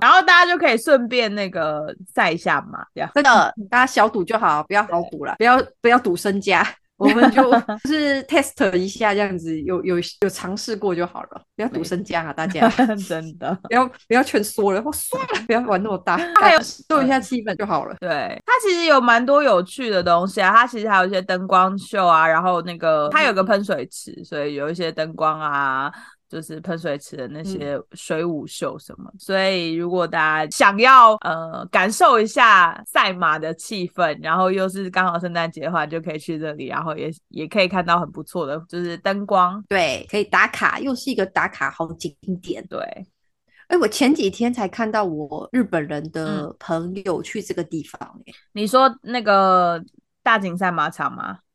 Speaker 2: 然后大家就可以顺便那个赛一下马这 样。
Speaker 1: 真的，大家小赌就好，不要豪赌了，不要不要赌身家。我们 就就是 test 一下，这样子有有有尝试过就好了，不要赌身家啊，大家
Speaker 2: 真的，
Speaker 1: 不要不要全缩了，我算了，不要玩那么 大，
Speaker 2: 还有
Speaker 1: 感受一下气氛就好了。
Speaker 2: 对它其实有蛮多有趣的东西啊，它其实还有一些灯光秀啊，然后那个它有个喷水池，所以有一些灯光啊，就是喷水池的那些水舞秀什么。所以如果大家想要呃感受一下赛马的气氛，然后又是刚好圣诞节的话，就可以去这里，然后也也可以看到很不错的就是灯光。
Speaker 1: 对，可以打卡，又是一个打卡好景点。
Speaker 2: 对，
Speaker 1: 哎，我前几天才看到我日本人的朋友去这个地方、哎、
Speaker 2: 你说那个大井赛马场吗？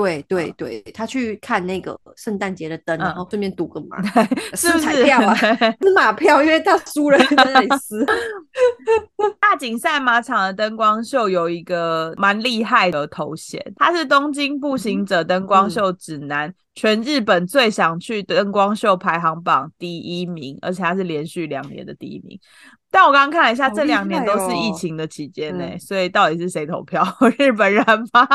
Speaker 1: 对对对，他去看那个圣诞节的灯，然
Speaker 2: 嗯
Speaker 1: 后顺便赌个 马，
Speaker 2: 是
Speaker 1: 撕
Speaker 2: 不
Speaker 1: 彩
Speaker 2: 是？
Speaker 1: 票啊
Speaker 2: 对
Speaker 1: 撕马票，因为他输了在那里 撕。
Speaker 2: 大井赛马场的灯光秀有一个蛮厉害的头衔，它是东京步
Speaker 1: 嗯
Speaker 2: 行者灯光秀指南全日本最想去灯光秀排行榜第一名，而且它是连续两年的第一名。但我刚刚看了一下，
Speaker 1: 好
Speaker 2: 这
Speaker 1: 厉
Speaker 2: 两年
Speaker 1: 害
Speaker 2: 都是疫
Speaker 1: 哦
Speaker 2: 情的期间呢、
Speaker 1: 嗯
Speaker 2: 所以到底是谁投票？ 日本人吗？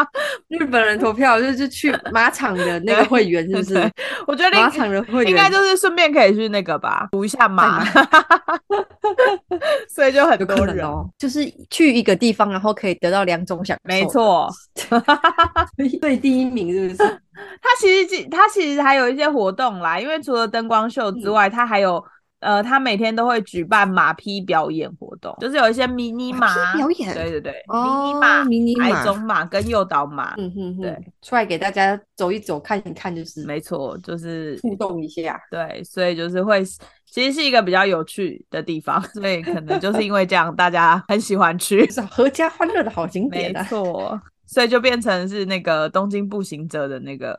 Speaker 1: 日本人投票就是去马场的那个
Speaker 2: 对
Speaker 1: 会员，是不是？
Speaker 2: 对我觉得
Speaker 1: 马场的会员
Speaker 2: 应该就是顺便可以去那个吧，补一下马， 所以就很
Speaker 1: 有可
Speaker 2: 多
Speaker 1: 能
Speaker 2: 人。
Speaker 1: 哦，就是去一个地方，然后可以得到两种享受。
Speaker 2: 没，错，
Speaker 1: 对第一名是不是？
Speaker 2: 它其实它其实还有一些活动啦，因为除了灯光秀
Speaker 1: 嗯
Speaker 2: 之外，它还有呃，它每天都会举办马匹表演活动，就是有一些迷你马
Speaker 1: 马匹表演
Speaker 2: 对对对，迷你
Speaker 1: 哦
Speaker 2: 马、
Speaker 1: 迷你
Speaker 2: 矮
Speaker 1: 马
Speaker 2: 种马跟诱导马，
Speaker 1: 嗯哼
Speaker 2: 对
Speaker 1: 哼，出来给大家走一走，看一看，就是
Speaker 2: 没错，就是
Speaker 1: 互动一下。
Speaker 2: 对，所以就是会，其实是一个比较有趣的地方，所以可能就是因为这样，大家很喜欢去
Speaker 1: 就，是合家欢乐的好景
Speaker 2: 没
Speaker 1: 点啊！
Speaker 2: 错，所以就变成是那个东京步行者的那个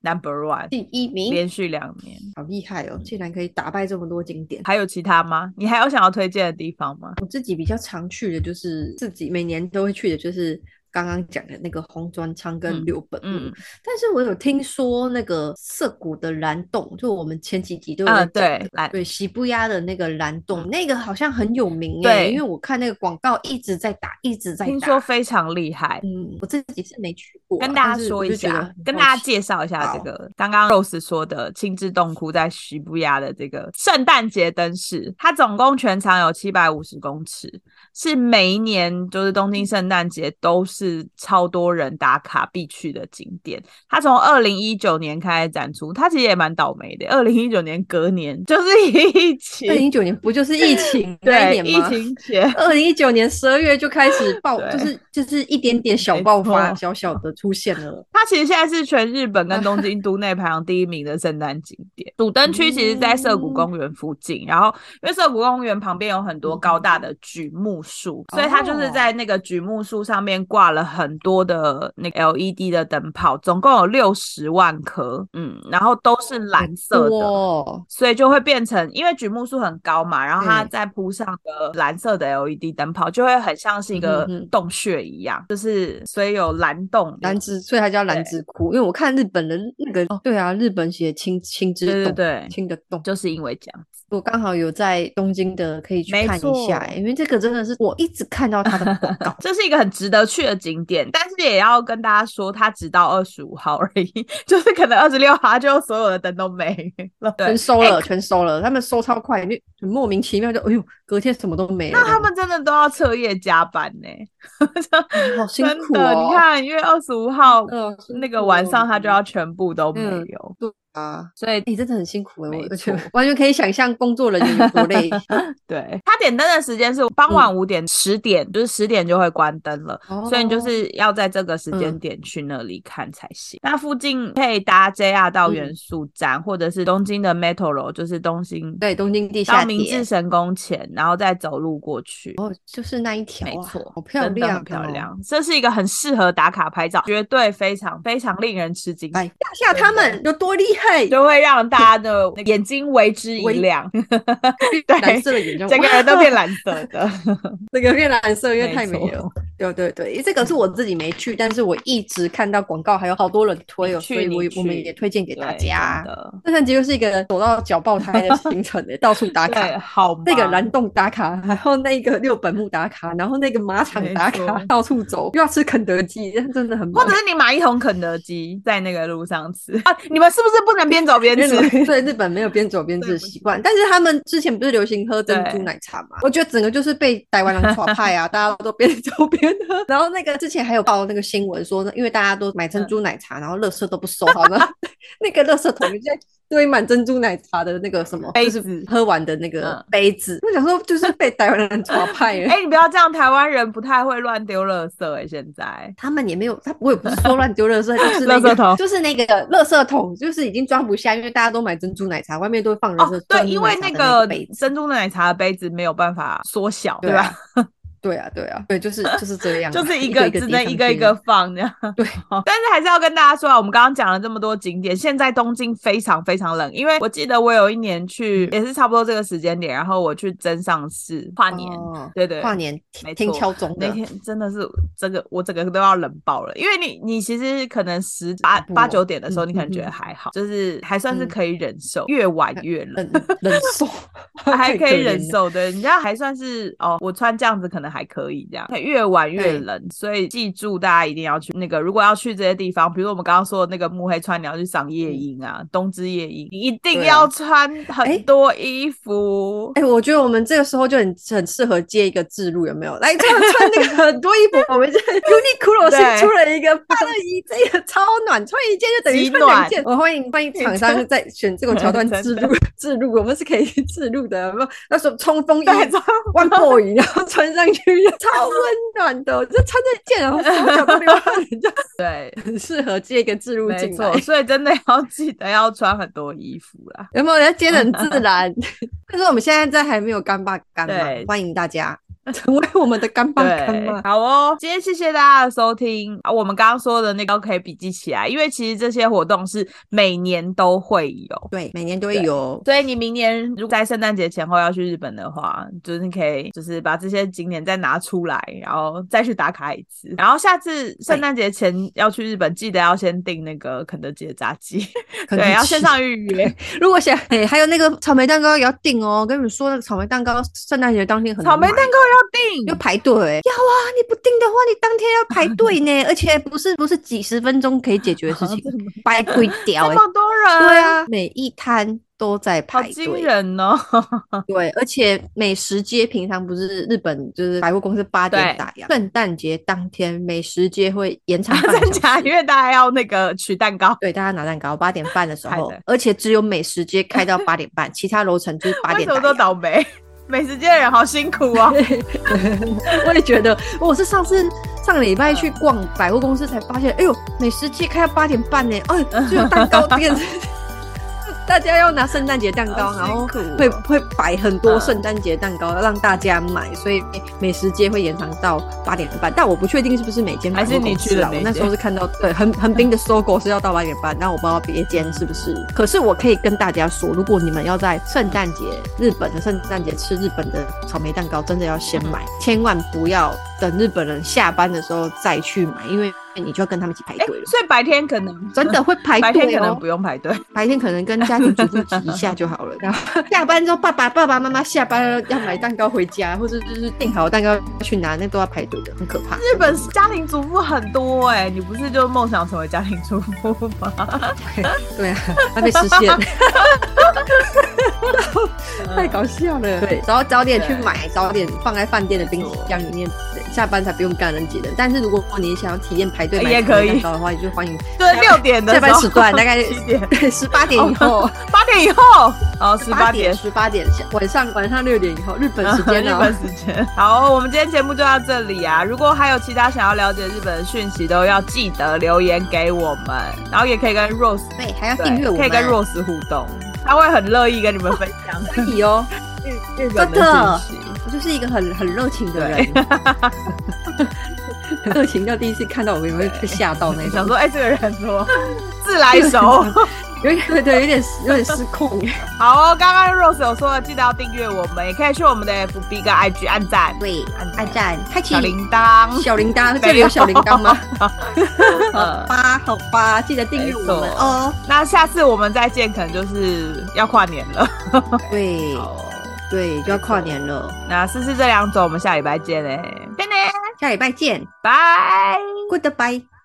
Speaker 2: number one，
Speaker 1: 第一名，
Speaker 2: 连续两年。
Speaker 1: 好厉害哦！竟然可以打败这么多景点。
Speaker 2: 还有其他吗？你还有想要推荐的地方吗？
Speaker 1: 我自己比较常去的就是自己每年都会去的，就是刚刚讲的那个红砖仓
Speaker 2: 嗯
Speaker 1: 跟六本木。
Speaker 2: 嗯
Speaker 1: 但是我有听说那个涩谷的蓝洞，就我们前几集都有在
Speaker 2: 啊，
Speaker 1: 讲的
Speaker 2: 对，来，
Speaker 1: 对，喜布亚的那个蓝洞，那个好像很有名耶、
Speaker 2: 对
Speaker 1: 因为我看那个广告一直在打，一直在打。
Speaker 2: 听说非常厉害。
Speaker 1: 嗯，我自己是没去过啊，
Speaker 2: 跟大
Speaker 1: 但
Speaker 2: 家
Speaker 1: 是
Speaker 2: 说
Speaker 1: 我
Speaker 2: 一
Speaker 1: 就觉得
Speaker 2: 下
Speaker 1: 很，
Speaker 2: 跟
Speaker 1: 好
Speaker 2: 大家
Speaker 1: 奇
Speaker 2: 介绍一下这
Speaker 1: 好
Speaker 2: 个刚刚 Rose 说的青之洞窟在徐布亚的这个圣诞节灯饰，它总共全长有七百五十公尺，是每一年就是东京圣诞节都是超多人打卡必去的景点。它从二零一九年开始展出，它其实也蛮倒霉的，二零一九年隔年就是
Speaker 1: 二
Speaker 2: 疫
Speaker 1: 零
Speaker 2: 情，
Speaker 1: 一九年不就是疫情那
Speaker 2: 对
Speaker 1: 一
Speaker 2: 疫
Speaker 1: 年吗？
Speaker 2: 情前
Speaker 1: 二零一九年十二月就开始爆，
Speaker 2: 对
Speaker 1: 就是就是一点点小爆
Speaker 2: 没
Speaker 1: 发，
Speaker 2: 错
Speaker 1: 小小的出现了。
Speaker 2: 它其实现在是全日本跟东京都内排行第一名的圣诞景点。主灯区其实在涩
Speaker 1: 嗯
Speaker 2: 谷公园附近，然后因为涩谷公园旁边有很多高大的榉木树，所以它
Speaker 1: 哦
Speaker 2: 就是在那个榉木树上面挂了很多的那个 LED 的灯泡，总共有六十万颗，嗯，然后都是蓝色
Speaker 1: 多
Speaker 2: 的。
Speaker 1: 哦
Speaker 2: 所以就会变成，因为榉木树很高嘛，然后它
Speaker 1: 嗯
Speaker 2: 再铺上个蓝色的 LED 灯泡，就会很像是一个
Speaker 1: 嗯哼哼
Speaker 2: 洞穴一样，就是所以有蓝洞、
Speaker 1: 兰芝，所以它叫兰芝窟，因为我看日本人那个，哦，对啊，日本写青青之
Speaker 2: 对对
Speaker 1: 洞，
Speaker 2: 对
Speaker 1: 青的洞，
Speaker 2: 就是因为这样子。
Speaker 1: 我刚好有在东京的，可以去
Speaker 2: 没
Speaker 1: 看一下、
Speaker 2: 错。
Speaker 1: 因为这个真的是我一直看到它的广告
Speaker 2: 这是一个很值得去的景点，但是也要跟大家说，它只到二十五号而已， 就是可能二十六号它就所有的灯都没了。
Speaker 1: 全
Speaker 2: 对，哎
Speaker 1: 收了，全收了，他们收超快，因为很莫名其妙就，哎呦，隔天什么都没了。
Speaker 2: 那他们真的都要彻夜加班呢、
Speaker 1: 嗯好辛
Speaker 2: 真
Speaker 1: 苦
Speaker 2: 的，
Speaker 1: 哦。
Speaker 2: 你，看，因为二十五号、
Speaker 1: 嗯，哦
Speaker 2: 那个晚上他就要全部都没
Speaker 1: 嗯
Speaker 2: 有，
Speaker 1: 啊，
Speaker 2: 所以
Speaker 1: 你、真的很辛苦哎、
Speaker 2: 没
Speaker 1: 我我觉
Speaker 2: 错
Speaker 1: 得完全可以想象工作人员有多 累。
Speaker 2: 对，它点灯的时间是傍
Speaker 1: 嗯
Speaker 2: 晚五点、十点，就是十点就会关灯了，所以你就
Speaker 1: 哦
Speaker 2: 是要在这个时间
Speaker 1: 嗯
Speaker 2: 点去那里看才行。那附近可以搭 JR 到
Speaker 1: 嗯
Speaker 2: 元素站，或者是东京的 Metro，就是东京
Speaker 1: 对东京地
Speaker 2: 到
Speaker 1: 下
Speaker 2: 明治
Speaker 1: 铁，
Speaker 2: 神宫前，然后再走路过去。
Speaker 1: 哦，就是那一条、啊，
Speaker 2: 没错，
Speaker 1: 好漂
Speaker 2: 真的
Speaker 1: 亮、哦
Speaker 2: 很漂。亮。这是一个很适合打卡拍照，绝对非常非常令人吃惊，
Speaker 1: 来吓吓他们有多厉害，
Speaker 2: 就会让大家的眼睛为之一
Speaker 1: 为
Speaker 2: 亮，
Speaker 1: 蓝色的眼妆，
Speaker 2: 整个人都变蓝色的，
Speaker 1: 整个变蓝 色，因为
Speaker 2: 没
Speaker 1: 太美
Speaker 2: 错
Speaker 1: 了。对对对，这个是我自己没去，但是我一直看到广告，还有好多人推哦，
Speaker 2: 你去
Speaker 1: 所以我
Speaker 2: 你
Speaker 1: 也我们
Speaker 2: 去
Speaker 1: 也推荐给大
Speaker 2: 对
Speaker 1: 家
Speaker 2: 真。的
Speaker 1: 圣诞节就是一个走到脚爆胎 的行程诶，到处打
Speaker 2: 对，啊
Speaker 1: 卡，
Speaker 2: 好忙，
Speaker 1: 那个蓝洞打卡，然后那个六本木打卡，然后那个马场
Speaker 2: 没
Speaker 1: 打
Speaker 2: 错
Speaker 1: 卡，到处走，又要吃肯德基，真的很
Speaker 2: 或
Speaker 1: 忙
Speaker 2: 者。是你买一桶肯德基在那个路上吃啊？你们是不是不能边走边
Speaker 1: 日
Speaker 2: 吃？
Speaker 1: 本 对日本没有边走边吃
Speaker 2: 对
Speaker 1: 的
Speaker 2: 不
Speaker 1: 习惯，但是他们之前不是流行喝珍珠
Speaker 2: 对
Speaker 1: 奶茶嘛？我觉得整个就是被台湾 人耍派啊，大家都边走边喝。然后那个之前还有报那个新闻说，因为大家都买
Speaker 2: 嗯
Speaker 1: 珍珠奶茶，然后垃圾都不收，好像 那个垃圾桶就在堆满珍珠奶茶的那个什么，
Speaker 2: 杯
Speaker 1: 就
Speaker 2: 子
Speaker 1: 是喝完的那个
Speaker 2: 嗯
Speaker 1: 杯子。我想说，就是被台湾人耍派了。
Speaker 2: 哎、你不要这样，台湾人不太会乱丢垃圾哎、现在
Speaker 1: 他们也没有，他我也不是说乱丢垃圾，就是 那
Speaker 2: 垃圾
Speaker 1: 个
Speaker 2: 桶
Speaker 1: 就是那个垃圾桶，就是已经装不下，因为大家都买珍珠奶茶，外面都会放
Speaker 2: 哦
Speaker 1: 垃圾。，
Speaker 2: 对，
Speaker 1: 珍珠
Speaker 2: 因为
Speaker 1: 奶
Speaker 2: 那
Speaker 1: 茶的那
Speaker 2: 个
Speaker 1: 杯子
Speaker 2: 珍珠奶茶的杯子没有办法缩小，对
Speaker 1: 对
Speaker 2: 吧
Speaker 1: 啊？对啊，对啊，对，就是就是这样啊，
Speaker 2: 就是
Speaker 1: 一
Speaker 2: 个
Speaker 1: 一个
Speaker 2: 只
Speaker 1: 叠
Speaker 2: 能
Speaker 1: 上
Speaker 2: 一个一
Speaker 1: 去
Speaker 2: 个放这样。 哦
Speaker 1: 对，
Speaker 2: 但是还是要跟大家说啊，我们刚刚讲了这么多景点，现在东京非常非常冷，因为我记得我有一年
Speaker 1: 嗯
Speaker 2: 去，也是差不多这个时间点，然后我去真上市跨年，
Speaker 1: 哦
Speaker 2: 对对，
Speaker 1: 跨年听
Speaker 2: 没
Speaker 1: 听
Speaker 2: 错
Speaker 1: 敲钟
Speaker 2: 那
Speaker 1: 的，
Speaker 2: 天真的是这个，我整个都要冷爆了，因为你你其实可能十八
Speaker 1: 恐怖
Speaker 2: 八
Speaker 1: 哦
Speaker 2: 九点的时候，
Speaker 1: 嗯
Speaker 2: 你可能
Speaker 1: 嗯
Speaker 2: 觉得
Speaker 1: 嗯
Speaker 2: 还好，就是还算是
Speaker 1: 嗯
Speaker 2: 可以忍受，越晚越冷。
Speaker 1: 忍忍受
Speaker 2: 还可以忍
Speaker 1: 怜了。
Speaker 2: 受的，人家还算是哦，我穿这样子可能还可以这样，越晚越
Speaker 1: 对
Speaker 2: 冷，所以记住大家一定要去那个，如果要去这些地方，比如我们刚刚说的那个幕黑川，你要去赏夜樱啊，冬之夜樱，你一定
Speaker 1: 嗯对啊
Speaker 2: 要穿很
Speaker 1: 哎
Speaker 2: 多衣服。
Speaker 1: 哎、我觉得我们这个时候就很很适合接一个制录，有没有？来，穿穿那个很多衣服，我们 这 Uniqlo
Speaker 2: 对
Speaker 1: 新出了一个八二一，这个超暖，穿一件就等于
Speaker 2: 极
Speaker 1: 穿两
Speaker 2: 暖
Speaker 1: 件。我欢迎欢迎
Speaker 2: 没
Speaker 1: 厂
Speaker 2: 错
Speaker 1: 商在选这种桥段
Speaker 2: 真
Speaker 1: 制
Speaker 2: 的
Speaker 1: 录制录，我们是可以 制录的，有没有？那时候冲锋衣
Speaker 2: 对，穿
Speaker 1: 万破雨，然后穿上去超温暖的，就穿这件，然后手脚都流汗， 就
Speaker 2: 对，
Speaker 1: 很适合接一个置入
Speaker 2: 没
Speaker 1: 进来
Speaker 2: 错，。所以真的要记得要穿很多衣服啦。
Speaker 1: 有没有人接的很自 然？但是我们现在在还没有干爸干
Speaker 2: 对
Speaker 1: 妈，欢迎大家成为我们的干 爸干
Speaker 2: 对
Speaker 1: 妈，。
Speaker 2: 好哦，今天谢谢大家的收听。啊我们刚刚说的那个可以笔记起来，因为其实这些活动是每年都会有。
Speaker 1: 对，每年都会有。
Speaker 2: 所以你明年如果在圣诞节前后要去日本的话，就是你可以就是把这些景点再拿出来，然后再去打卡一次。然后下次圣诞节前要去日本，记得要先订那个肯德基的炸鸡，
Speaker 1: 肯
Speaker 2: 对，
Speaker 1: 定
Speaker 2: 要线
Speaker 1: 是。
Speaker 2: 上预 约。
Speaker 1: 如果想，哎，还有那个草莓蛋糕也要订哦。跟你们说，那个草莓蛋糕圣诞节当天很难
Speaker 2: 草莓
Speaker 1: 买
Speaker 2: 蛋糕要
Speaker 1: 要
Speaker 2: 订，
Speaker 1: 排队、要啊！你不订的话，你当天要排队 呢，而且不是不是几十分钟可以解决的
Speaker 2: 哦
Speaker 1: 事情，掰贵掉
Speaker 2: 这
Speaker 1: 哎、
Speaker 2: 么多人，
Speaker 1: 对，啊，每一摊都在
Speaker 2: 好
Speaker 1: 排
Speaker 2: 惊
Speaker 1: 队。
Speaker 2: 人哦。
Speaker 1: 对，而且美食街平常不是日本就是百货公司八点
Speaker 2: 对
Speaker 1: 打烊，圣诞节当天美食街会延长半
Speaker 2: 真
Speaker 1: 小
Speaker 2: 假？
Speaker 1: 时
Speaker 2: 因。为大家要那个取蛋糕。
Speaker 1: 对，大家拿蛋糕，八点半的 时
Speaker 2: 看
Speaker 1: 候
Speaker 2: 的，
Speaker 1: 而且只有美食街开到八点半，其他楼层就是八
Speaker 2: 为
Speaker 1: 点
Speaker 2: 什
Speaker 1: 打
Speaker 2: 么都
Speaker 1: 烊。
Speaker 2: 倒霉？ 美食界的人好辛苦哦。
Speaker 1: 我也觉得，我是上次上礼
Speaker 2: 嗯
Speaker 1: 拜去逛百货公司才发现，哎呦，美食街开到八点半呢，哎，只有蛋糕 店，大家要拿圣诞节蛋糕，然后
Speaker 2: 好辛苦哦
Speaker 1: 会会摆很多
Speaker 2: 嗯
Speaker 1: 圣诞节蛋糕让大家买，所以美食街会延长到八点半。但我不确定是不是每间百
Speaker 2: 还是
Speaker 1: 货
Speaker 2: 你
Speaker 1: 公
Speaker 2: 去
Speaker 1: 司
Speaker 2: 的
Speaker 1: 啦，
Speaker 2: 那
Speaker 1: 我那时候
Speaker 2: 间
Speaker 1: 是看到对横横滨的搜狗是要到八点半，但我不知道别间是不是。可是我可以跟大家说，如果你们要在圣诞节日本的圣诞节吃日本的草莓蛋糕，真的要先买，千万不要等日本人下班的时候再去买，因为。你就要跟他们一起排
Speaker 2: 哎、
Speaker 1: 队了。
Speaker 2: 所以白天可能
Speaker 1: 真的会排
Speaker 2: 白天
Speaker 1: 队
Speaker 2: 可能
Speaker 1: 哦
Speaker 2: 不，用排队，
Speaker 1: 白天可能跟家庭主妇挤一下就好了。然后下班之后，爸爸爸爸妈妈下班了要买蛋糕回家，或者就是订好蛋糕去拿，那都要排队的，很可怕。
Speaker 2: 日本家庭主妇很多哎、你不是就梦想成为家庭主妇 吗？
Speaker 1: 对 啊，他被实现，太搞笑了。对，然后早点去买，早点放在饭店的冰箱里面，下班才不用感恩节的。但是如果你想要体验排队买
Speaker 2: 也可以
Speaker 1: 蛋糕的话，你就欢迎
Speaker 2: 对，六点的
Speaker 1: 下班时段，大概
Speaker 2: 七点、
Speaker 1: 十八点以后，
Speaker 2: 八点以后，哦，十八点。
Speaker 1: 十八点晚上晚上六点以后，日本时间
Speaker 2: 日
Speaker 1: 哦
Speaker 2: 本。时间，好，我们今天节目就到这里啊！如果还有其他想要了解日本的讯息，都要记得留言给我们，然后也可以跟 Rose
Speaker 1: 对，哎还要
Speaker 2: 对
Speaker 1: 订阅我们，啊
Speaker 2: 可以跟 Rose 互动，他会很乐意跟你们分享
Speaker 1: 可以哦。
Speaker 2: 日日
Speaker 1: 本
Speaker 2: 本
Speaker 1: 的
Speaker 2: 的
Speaker 1: 讯
Speaker 2: 讯息。
Speaker 1: 我就是一个很很热情的人， 很热情到第一次看到我们会被吓到那
Speaker 2: 想
Speaker 1: 种，
Speaker 2: 说，哎、这个人怎么 自来 熟？
Speaker 1: 有点对对，有点有点失控。
Speaker 2: 好哦，刚刚 Rose 有说了，记得要订阅我们，也可以去我们的 FB 跟 IG 按赞、
Speaker 1: 对，
Speaker 2: 按
Speaker 1: 按赞，开启
Speaker 2: 小铃铛。
Speaker 1: 小铃铛，这里有小铃铛吗？好
Speaker 2: 呃
Speaker 1: 吧，好吧，记得订阅我们
Speaker 2: 没错
Speaker 1: 哦。
Speaker 2: 那下次我们再见，可能就是要跨年了。
Speaker 1: 对
Speaker 2: 好，哦
Speaker 1: 对，就要跨年了，
Speaker 2: 那试试这两种，我们下礼拜见嘞，见嘞，
Speaker 1: 下礼拜见
Speaker 2: 拜。
Speaker 1: ，Goodbye。